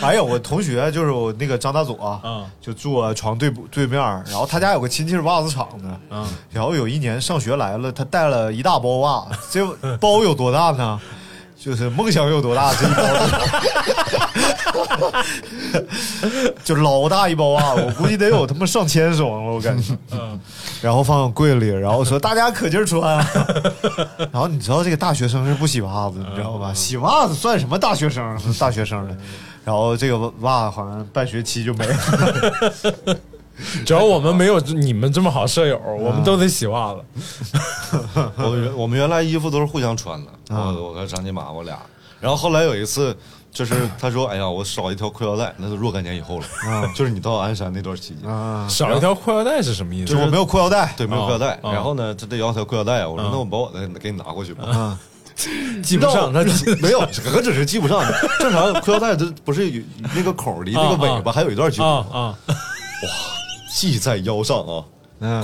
E: 哎呀，我同学就是我那个张大佐啊，
D: 嗯
E: 就住我床对不对面儿，然后他家有个亲戚是袜子厂的，
D: 嗯
E: 然后有一年上学来了，他带了一大包袜，这包有多大呢？就是梦想有多大，这一包就就老大一包袜，我估计得有他妈上千双了，我感觉。
D: 嗯
E: 然后放柜里，然后说大家可劲儿穿。啊 然后你知道这个大学生是不洗袜子，你知
D: 嗯
E: 道吧？洗袜子算什么大学生？大学生的。然后这个袜好像半学期就没了。
D: 只要我们没有你们这么好舍友，我
E: 啊
D: 们都得洗袜子。
C: 我们原我们原来衣服都是互相穿的，
E: 啊
C: 我我和张金马我俩，然后后来有一次。就是他说：“哎呀，我少一条裤腰带，那是若干年以后了。
E: 啊
C: 就是你到鞍山那段期间，
D: 少一条裤腰带是什么意思
E: 就？啊我没有裤腰带，啊
C: 对，没有裤腰带。
D: 哦
C: 然后呢，他得要条裤腰带啊。我说：那我把我的给你拿过去吧。
E: 啊
D: 记不上，他记 得
C: 没有，何止是系不上的，正常裤腰带它不是有那个口儿离那个尾巴还有一段距离，
D: 啊啊！
C: 系在腰上啊，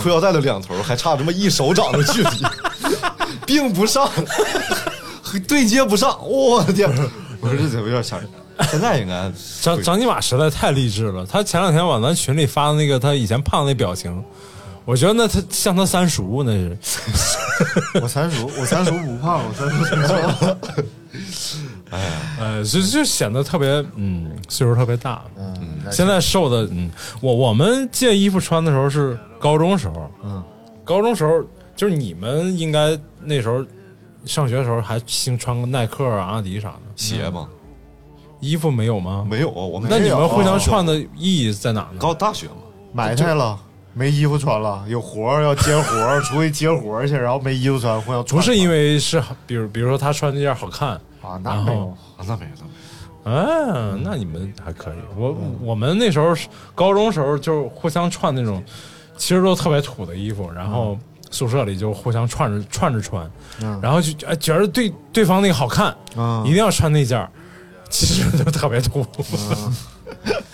C: 裤腰带的两头还差这么一手掌的距离， 并不上，对接不上，我的天！我说这怎么有点吓人？现在应该
D: 张张金马实在太励志了，他前两天往咱群里发的那个他以前胖的那表情，我觉得那他像他三叔那 是。
E: 我三叔，我三叔不胖，我三叔挺瘦。
D: 呃，就就显得特别，嗯，岁数特别大，嗯，现在瘦的，嗯，我我们借衣服穿的时候是高中时候，嗯，高中时候就是你们应该那时候上学的时候还兴穿个耐克啊、阿迪啥的，
C: 鞋吗？
D: 衣服没有吗？
C: 没有，啊我们
D: 嗯那你们互相
C: 穿
D: 穿的意义在哪呢？
C: 高大学嘛，
E: 埋汰了，没衣服穿了，有活儿要接活儿，出去接活儿去，然后没衣服穿，互相
D: 不是因
E: 为
D: 为是，比如比如说他穿这件好看，
E: 啊，那没
D: 然后
E: 有，
C: 啊，那没有，那没有。
D: 啊，
E: 嗯
D: 那你们还可以。我我们那时候是高中时候就互相串那种，其实都特别土的衣服，然
E: 嗯
D: 后宿舍里就互相串着串着穿，然后就哎觉得对对方那个好看，
E: 嗯
D: 一定要穿那件儿，其实就特别土。
E: 嗯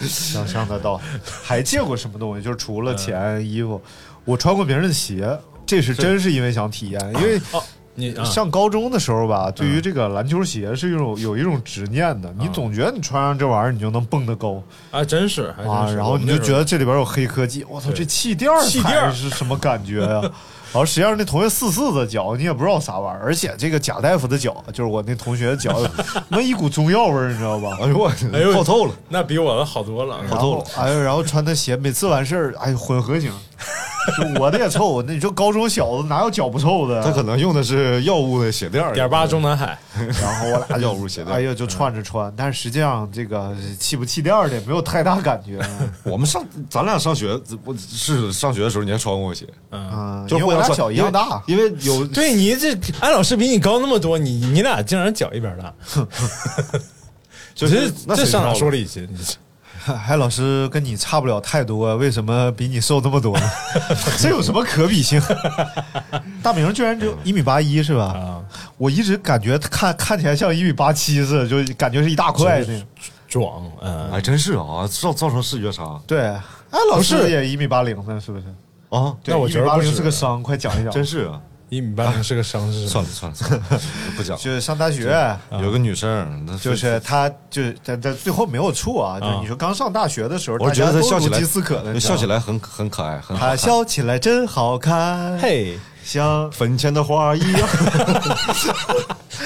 E: 想象得到。还借过什么东西？就是除了钱、衣服，我穿过别人的鞋，这是真是因为想体验，因为。
D: 哦，你啊嗯
E: 上高中的时候吧，对于这个篮球鞋是一种有一种执念的，你总觉得你穿上这玩意儿你就能蹦得高
D: 啊，真是还真
E: 啊，
D: 是
E: 然后
D: 我
E: 你
D: 们
E: 就
D: 那时
E: 觉
D: 候
E: 得这里边有黑科技，我操，这气垫儿
D: 气垫儿
E: 踩是什么感觉呀、然后实际上那同学四四的脚你也不知道啥玩意儿，而且这个贾大夫的脚就是我那同学的脚，那一股中药味儿，你知道吧？
C: 哎呦我，
D: 哎呦
C: 泡透了，
D: 那比我的好多了。
E: 然后，哎呦，然后穿的鞋每次完事儿，哎呦，混合型，就我的也臭，那你说高中小子哪有脚不臭的？啊
C: 他可能用的是药物的鞋垫儿，
D: 点八中南海，
E: 然后我俩
C: 要不鞋垫
E: 哎呀，就串着穿，但是实际上这个气不气垫儿的也没有太大感觉，
C: 我们上，咱俩上学，我是上学的时候，你还穿过鞋，
E: 嗯，
C: 就是
E: 因为我
C: 互
E: 俩
C: 相穿
E: 脚一样大，
C: 因为有
D: 对你这安老师比你高那么多，你你俩竟然脚一边 大，
C: 就是
D: 这
C: 那
D: 这
C: 谁
D: 上哪
C: 知道
D: 说理去？你这
E: 嗨，老师跟你差不了太多，啊为什么比你瘦那么多呢？ 这有什么可比性？ 大明居然只有一米八一，是吧？
D: 啊
E: 我一直感觉他看看起来像一米八七似的，就感觉是一大块那种。
D: 壮，嗯，
C: 哎，真是啊，造造成视觉差
E: 对，哎，老师也一米八零呢，是不是？
C: 啊，
E: 对，
D: 我觉得
E: 一米八
D: 不是
E: 零是个伤，快讲一讲。
C: 真是啊，
D: 一米八零是个伤势。
C: 算了算了算 了，不讲。
E: 就是上大学，啊
C: 有个女生，那
E: 就是她，就是但但最后没有处啊。就你说刚上大学的时候，
C: 我是觉得
E: 大
C: 她
E: 家都
C: 笑起来
E: 如饥似渴的，你知道
C: 笑
E: 吗
C: 起。来很很可爱，很好
E: 她
C: 看。
E: 笑起来真好看，
D: 嘿，
E: 像
C: 坟前的花一样，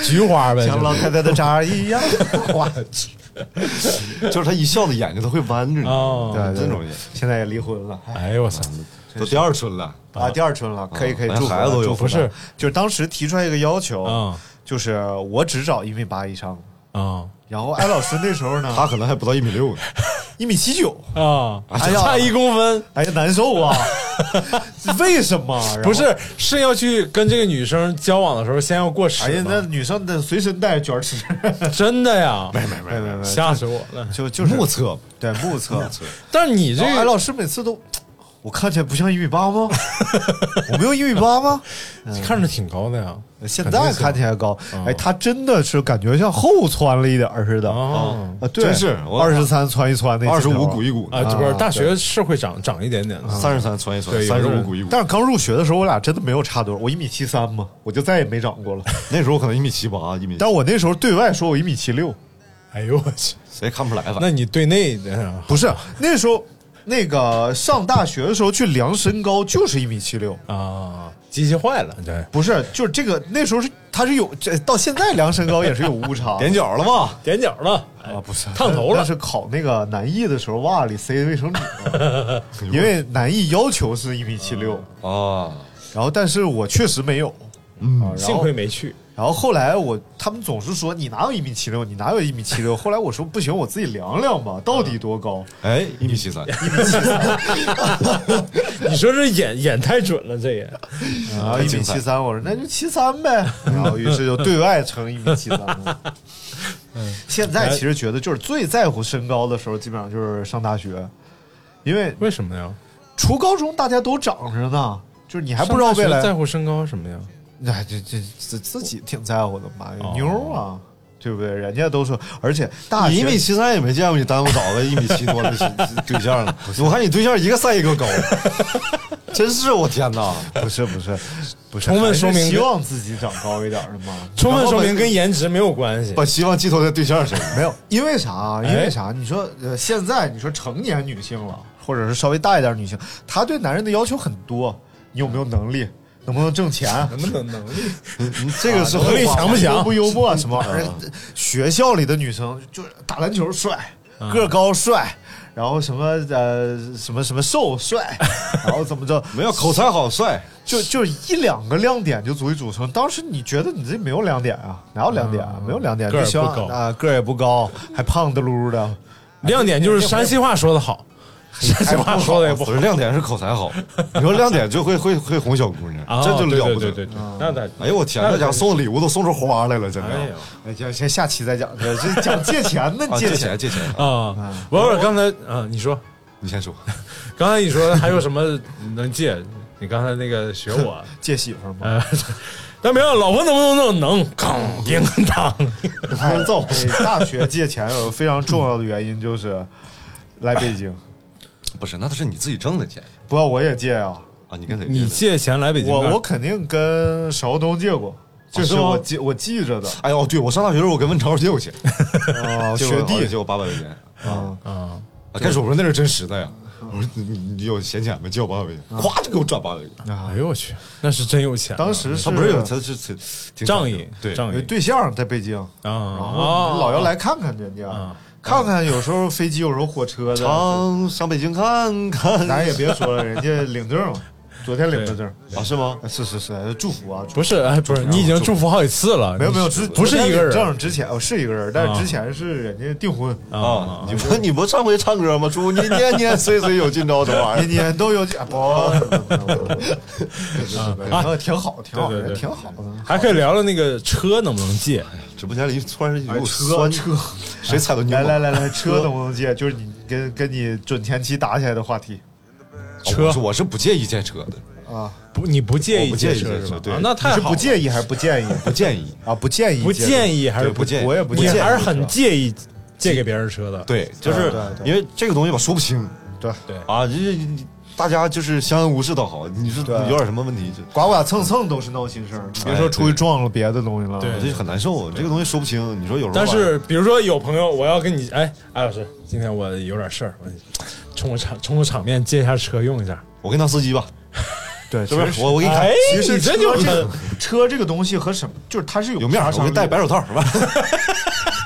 D: 菊花呗，
E: 像
D: 就
E: 老
D: 是
E: 太太 的渣儿一样。哎哇，
C: 就是他一笑的眼睛都会弯着呢，
D: 哦
C: 对这种人
E: 现在也离婚了。哎
D: 哎呦我操！
C: 都第二春了，
E: 啊，第二春了，可以可以，
C: 连
E: 祝福
C: 孩子都有
E: 祝福
D: 不是
E: 他就是当时提出来一个要求，
D: 嗯
E: 就是我只找一米八以上的。
D: 啊
E: 然后艾老师那时候 呢，
C: 他可能还不到一米六呢。
E: 一米七 九，
D: 啊，
E: 哎呀
D: 差一公分，
E: 哎呀难受 啊！为什么？啊然后
D: 不，是是要去跟这个女生交往的时候，先要过
E: 哎
D: 尺
E: 呀，那
D: 吗？
E: 女生得随身带卷 尺，
D: 真的呀，
E: 没没没，
D: 吓死我了！
E: 就就是
C: 目测，
E: 对目测。
D: 但是你这
E: 然后艾
D: 个
E: 老师每次都，我看起来不像一米八 吗？我没有一米八吗？
D: 看着挺高的呀，
E: 现
C: 啊
E: 在看起来高，
C: 嗯
E: 哎，他真的是感觉像后窜了一点儿似的
D: 哦
E: 啊！对，
C: 真是我
E: 二十三窜一窜那
C: 二十
E: 劲头
C: 五
E: 啊
C: 鼓一鼓的，
D: 啊，这不是大学是会长长一点点的，
C: 三十三窜一窜，
D: 对
C: 三十
D: 有
C: 五
D: 人
C: 鼓一鼓。
E: 但是刚入学的时候，我俩真的没有差多少，我一米七三 嘛，我就再也没长过了。
C: 那时候可能一米七八，一米，
E: 但我那时候对外说我一米七六，
D: 哎呦我去！
C: 谁看不出来反正
D: 那你对内
E: 不是 那时候那个上大学的时候去量身高就是一米七六，
D: 啊，机器坏了，对，
E: 不是就是这个那时候是他是有这到现在量身高也是有误 差
C: 踮脚了吧？
D: 点脚了，
E: 啊，不是
D: 烫头了
E: 但是考那个南艺的时候袜里塞卫生纸 了，因为南艺要求是一米七六，
C: 啊，
E: 然后但是我确实没有。嗯，
D: 幸亏没去。
E: 然后后来我他们总是说你哪有一米七六，你哪有一米七六？后来我说不行，我自己量量
D: 嗯
E: 吧，到底多高？
C: 哎，一米七三，
D: 你说这 演演太准了，这也
E: 然啊后一米七三，我说那就七三呗。然后于是就对外称一米七 三了。
D: 嗯
E: 现在其实觉得就是最在乎身高的时候，基本上就是上大学，因为
D: 为什么呀？
E: 初高中大家都长着呢，就是你还不知
D: 上
E: 道
D: 大
E: 未
D: 学
E: 来。
D: 在乎身高什么呀？
E: 哎，这这自自己挺在乎的嘛，
D: 哦
E: 妞儿啊，对不对？人家都说，而且大
C: 你
E: 学
C: 一米七三也没见过你耽误找个一米七 多的对象呢。我看你对象一个赛一个高，真是我天哪！
E: 不是不是不是，
D: 充分说明
E: 还是希望自己长高一点的嘛。
D: 充分说明跟颜值没有关系。
C: 把希望寄托在对象身上，
E: 没有，因为啥？啊因为
D: 哎
E: 啥？你说呃，现在你说成年女性了，或者是稍微大一点女性，她对男人的要求很多，你有没有能力？能不能挣钱？
D: 能不能能力？
E: 嗯 这个是
D: 啊能力
E: 后话
D: 强不强嗯
E: 幽不幽默什么玩意儿？学校里的女生就是打篮球帅，
D: 嗯
E: 个高帅，然后什么呃什么什么 瘦帅，然后怎么着，
C: 没有口才好帅，
E: 就就一两个亮点就足以组成。当时你觉得你自己没有亮点啊？哪有亮点啊？没有亮点，
D: 嗯个儿
E: 就希望
D: 不高
E: 啊，个儿也不高，还胖的噜噜的。
D: 亮点就是山西话说的好， 山西话说的哎也不好
C: 是亮点是口才好，你说亮点就会会会哄小姑娘，
D: 啊，
C: 这就了不
D: 对对
C: 得
D: 对。对，那得啊
C: 哎呦我天，那家伙送的礼物都送出花来了，真
D: 哎
C: 的。
D: 呦
E: 哎，就先下期再讲，这这讲借钱 呢，
D: 哦
C: 啊，
E: 借
C: 借
E: 钱
C: 钱借钱，
D: 啊！我我刚才啊，你说
C: 你先说。
D: 刚才你说还有什么能借？你刚才那个学我，
E: 借媳妇儿嘛，
D: 呃，但没有老婆能不能能能，叮 当，
E: 哎大学借钱有非常重要的原因就是来北京。
C: 不是，那都是你自己挣的钱
E: 不，我也借啊，
C: 啊！你跟谁
D: 你
C: 的？
D: 借钱来北京干啥，
E: 我我肯定跟邵东借过，这
C: 是
E: 是
C: 吗
E: 我记我记着的
C: 哎呦，对我上大学的时候，我跟文超借过钱，
E: 啊，
C: 借过
E: 学
C: 好像
E: 弟
C: 借过八百块钱。
E: 啊，
C: 啊开始我说那是真实的呀，我说你你有闲钱吗？借我八百块钱，咵就给我转八百块钱。
D: 哎呦我去，那是真有钱啊。
E: 当时
C: 他嗯不是有他是挺挺
D: 仗义，
C: 对
D: 仗
E: 有
D: 义
E: 对象在北京，
D: 啊
E: 然后老
D: 啊！
E: 要来看看人家
D: 啊，
E: 看看有时候飞机，有时候火车的，
C: 常上北京看看
E: 咱也别说了，人家领证了，昨天领的证，
C: 啊？是吗？
E: 是是是，祝福啊，祝福
D: 不是，哎，不是，你已经祝福好几次了。
E: 没有没有，
D: 你
E: 之
D: 不是一个人
E: 证之前哦是一个人，但是之前是人家订婚，
C: 啊，你不你不上回唱歌吗？祝你年年岁岁有今朝，这玩意
E: 年
C: 儿。
E: 年都有奖，不，啊，挺好，挺好，
D: 对对对
E: 人挺好的。
D: 还可以聊聊那个车能不能借？
C: 直播间里突然有
E: 哎
C: 股
E: 车
C: 酸，
E: 车，
C: 谁踩到你？
E: 来来，来来，车能不能 借？就是你跟跟你准前妻打起来的话题
D: 车
C: 哦我是我是不介意借车的，
E: 啊，
D: 不，你不介
C: 我
D: 意
C: 不介意
D: 车
C: 借
D: 是吧
C: 车？对
D: 啊那
E: 你
D: 太
E: 是
D: 好
E: 不
D: 了，
E: 介意还是不建议
C: 不建议。
E: 啊？不建议，
D: 不建议还是
C: 对不建议
E: 我也不
D: 你
E: 建议，
D: 还是很介意借给别人车的。
C: 对，就是
E: 对对
C: 因为这个东西吧，说不清
E: 对，
C: 啊，这大家就是相安无事倒好，你说
E: 对
C: 有点什么问题就。
E: 刮刮蹭蹭都是闹心事儿，别说出去撞了别的东西了。
D: 对
C: 我这很难受，这个东西说不清。你说有时候吧，
D: 但是比如说有朋友，我要跟你，哎，艾老师，今天我有点事儿，我冲个场冲个场面借一下车用一下。
C: 我跟你当司机吧，
E: 对，
C: 是不
E: 其
C: 是？
E: 实
C: 我我给你看，
D: 哎
E: 其实
D: 你这
E: 车
D: 就
E: 这个车这个东西和什么，就是它是有
C: 有面儿，我
E: 杀
C: 给
E: 伤
C: 你戴
E: 力的
C: 白手套是吧？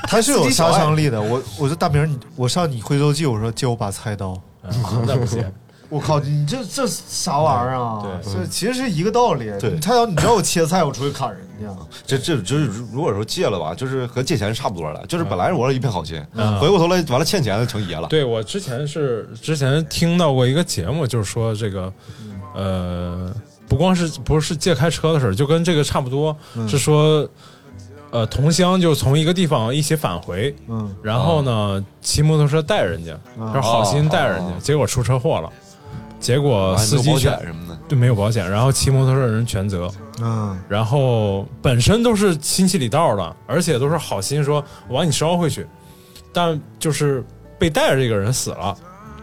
E: 它是有
C: 司机小
E: 杀
C: 爱
E: 伤力的。我我说大明儿，你我上你徽州记，我说借我把菜刀。
D: 啊那不 行，
E: 我靠，你这这啥玩意儿啊？
D: 对
E: 这其实是一个道理。
C: 对
E: 你菜刀，你知道我切菜，我出去砍人家。
C: 这这就是如果说借了吧，就是和借钱差不多了。就是本来我是一片好心，回过头来完了欠钱的成爷了。
D: 嗯对我之前是之前听到过一个节目，就是说这个，
C: 嗯
D: 呃，不光是不是借开车的事儿，就跟这个差不多，
C: 嗯
D: 是说，呃，同乡就从一个地方一起返回，
E: 嗯，
D: 然
C: 啊
D: 后呢、骑摩托车带人家，就是好心带人家，结果出车祸了，结果
C: 完了
D: 司
C: 啊有
D: 机
C: 保
D: 全
C: 险什么的，
D: 对没有保险，然后骑摩托车的人全责，
E: 嗯，
D: 然后本身都是亲戚里道的，而且都是好心说我把你捎回去，但就是被带着这个人死了，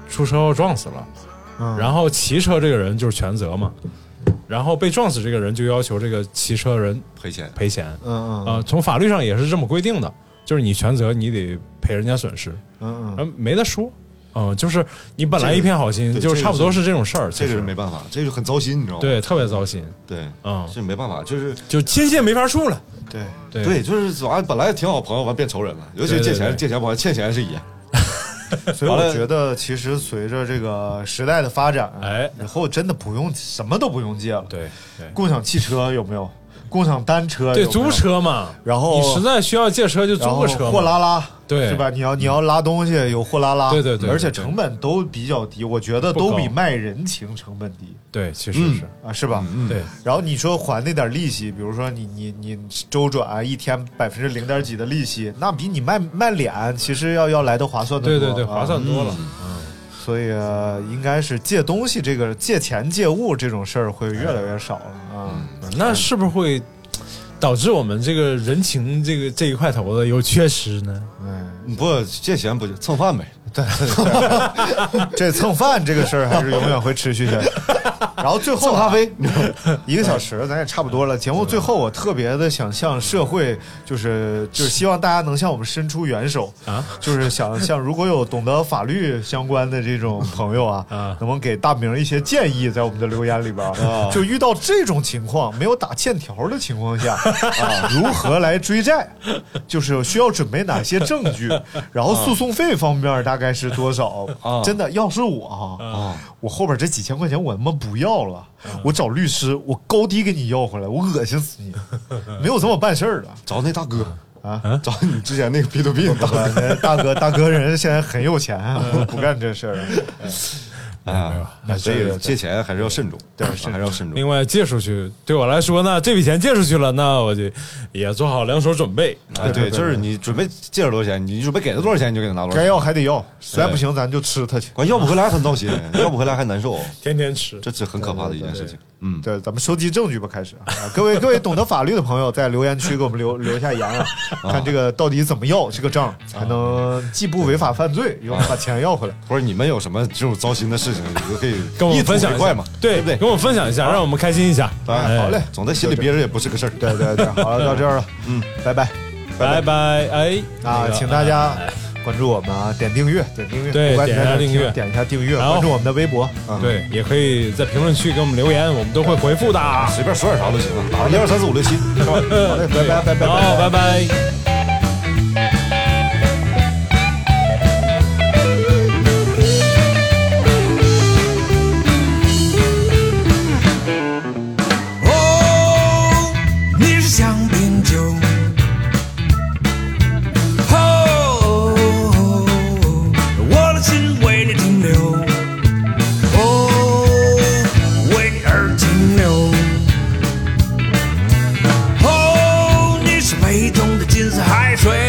D: 出车祸撞死了，
E: 嗯
D: 然后骑车这个人就是全责嘛，然后被撞死这个人就要求这个骑车人
C: 赔钱。
D: 赔钱，
E: 嗯嗯
D: 呃，从法律上也是这么规定的，就是你全责，你得赔人家损失，
E: 嗯嗯，
D: 嗯，没得说，嗯、就是你本来
C: 这个
D: 一片好心，
C: 对
D: 就
C: 这个
D: 差不多
C: 是
D: 是这种事儿，其
C: 这个
D: 实
C: 是没办法，这个很糟心，你知道吗？
D: 对，特别糟心，
C: 对，
D: 嗯，
C: 这没办法，就是
D: 就亲戚没法处了，
E: 对，
D: 对
C: 对，就是完本来挺好朋友，完变仇人了，尤其
D: 对
C: 借
D: 对
C: 钱
D: 对
C: 借钱不还欠钱是爷。
E: 所以
C: 完
E: 我
C: 了
E: 觉得，其实随着这个时代的发展，
D: 哎
E: 以后真的不用什么都不用借了。，
D: 对对。
E: 共享汽车有没有？共享单车有没
D: 对，
E: 有
D: 租，车嘛。
E: 然后
D: 你实在需要借车就租
E: 然后
D: 个车嘛。
E: 货拉拉，
D: 对
E: 是吧？你要你要拉东西有货拉拉，
D: 对对对对
E: 而且成本都比较低，我觉得
D: 不高
E: 都比卖人情成本低
D: 对，其实是、
E: 啊，是吧？嗯
D: 对。
E: 然后你说还那点利息，比如说你你你周转啊一天百分之零点几的利息，那比你卖卖脸其实要要来的划算的
D: 对
E: 多，
D: 对对，
E: 啊
D: 划算多了。
E: 所以、呃应该是借东西这个借钱借物这种事儿会越来越少了啊。
D: 那是不是会导致我们这个人情这个这一块头的有缺失呢？
C: 不借钱不就蹭饭呗？
E: 这蹭饭这个事儿还是永远会持续下去。然后最后咖啡一个小时，咱也差不多了。节目最后，我特别的想向社会，就是就是希望大家能向我们伸出援手
D: 啊，
E: 就是想像如果有懂得法律相关的这种朋友啊，
D: 啊
E: 能不能给大明一些建议，在我们的留言里边儿，就遇到这种情况没有打欠条的情况下啊， 如何来追债，就是需要准备哪些证 据，然后诉讼费方面大概是多少？
C: 啊
E: 真的，要是我啊，我后边这几千块钱我他妈不要了，我找律师，我高低给你要回来，我恶心 死你，没有这么办事 儿的。
C: 找那大哥
E: 啊，
C: 找你之前那个 P to P 大哥。
E: 呃大哥，大哥，人现在很有钱啊， 不干这事儿了。
C: 哎呀，这
E: 对
C: 个
E: 对
C: 借钱还是要慎重，对，还是要慎重。
D: 另外借出去，对我来说呢，这笔钱借出去了，那我就也做好两手准备。
C: 啊，对，就是你准备借着多少钱，你准备给他多少钱，你就给他拿多少
E: 该
C: 钱。
E: 要还得要，实在不行咱就吃他去。
C: 管要不回来很闹心，要不回来还难受，
D: 天天吃，
C: 这是很可怕的一件事情。嗯，
E: 对，咱们收集证据吧，开始啊！ 各位各位懂得法律的朋友，在留言区给我们留留下言啊，看这个到底怎么要这个账，才能既不违法犯罪，
D: 啊
E: 又把钱 要回来。
C: 或者你们有什么这种糟心的事情，你就可以
D: 跟我
C: 一
D: 们
C: 吐
D: 分享
C: 为
D: 一
C: 快
D: 下
C: 嘛，
D: 对
C: 不对
D: 跟？我们分享一
E: 啊
D: 下，让我们开心一下。
C: 哎，好嘞，总在心里
E: 就这
C: 憋着也不是个事儿。对
E: 对对对，好了，到这儿了，嗯，拜拜
D: 拜拜，哎，那
E: 啊！
D: 个哎
E: 请大家关注我们啊，点订阅，点订阅，
D: 对
E: 不管你在哪儿
D: 点一下订阅
E: 听点一下订阅，
D: 好
E: 关注我们的微博啊。
D: 对，也可以在评论区给我们留言，我们都会回复的。好，
C: 随便说点啥都行啊，打一二三四五六七，是吧？
D: 嗯
E: 好嘞，拜拜拜拜
D: 拜
E: 拜拜。
D: 拜。
A: 哦，你是香槟酒。哦，我的心为你停留。哦，为你而停留。哦，你是杯中的金丝猴。哦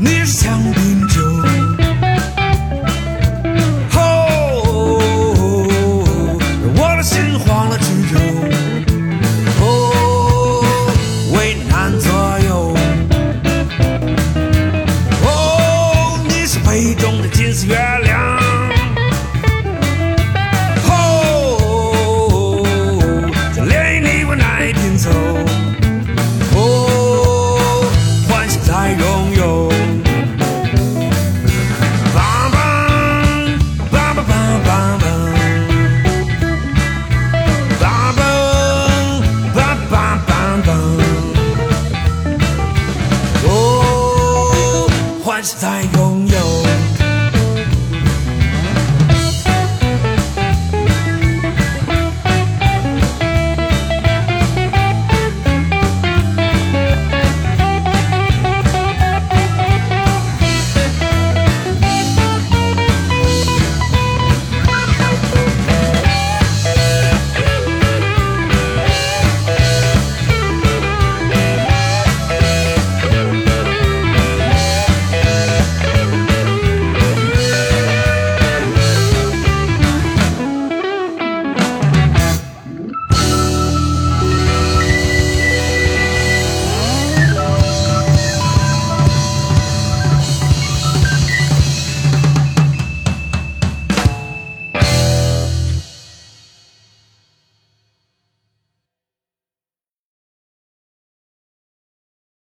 G: 哦哦哦哦，幻想在拥有。棒棒棒棒棒棒棒棒棒棒棒棒，哦，幻想在拥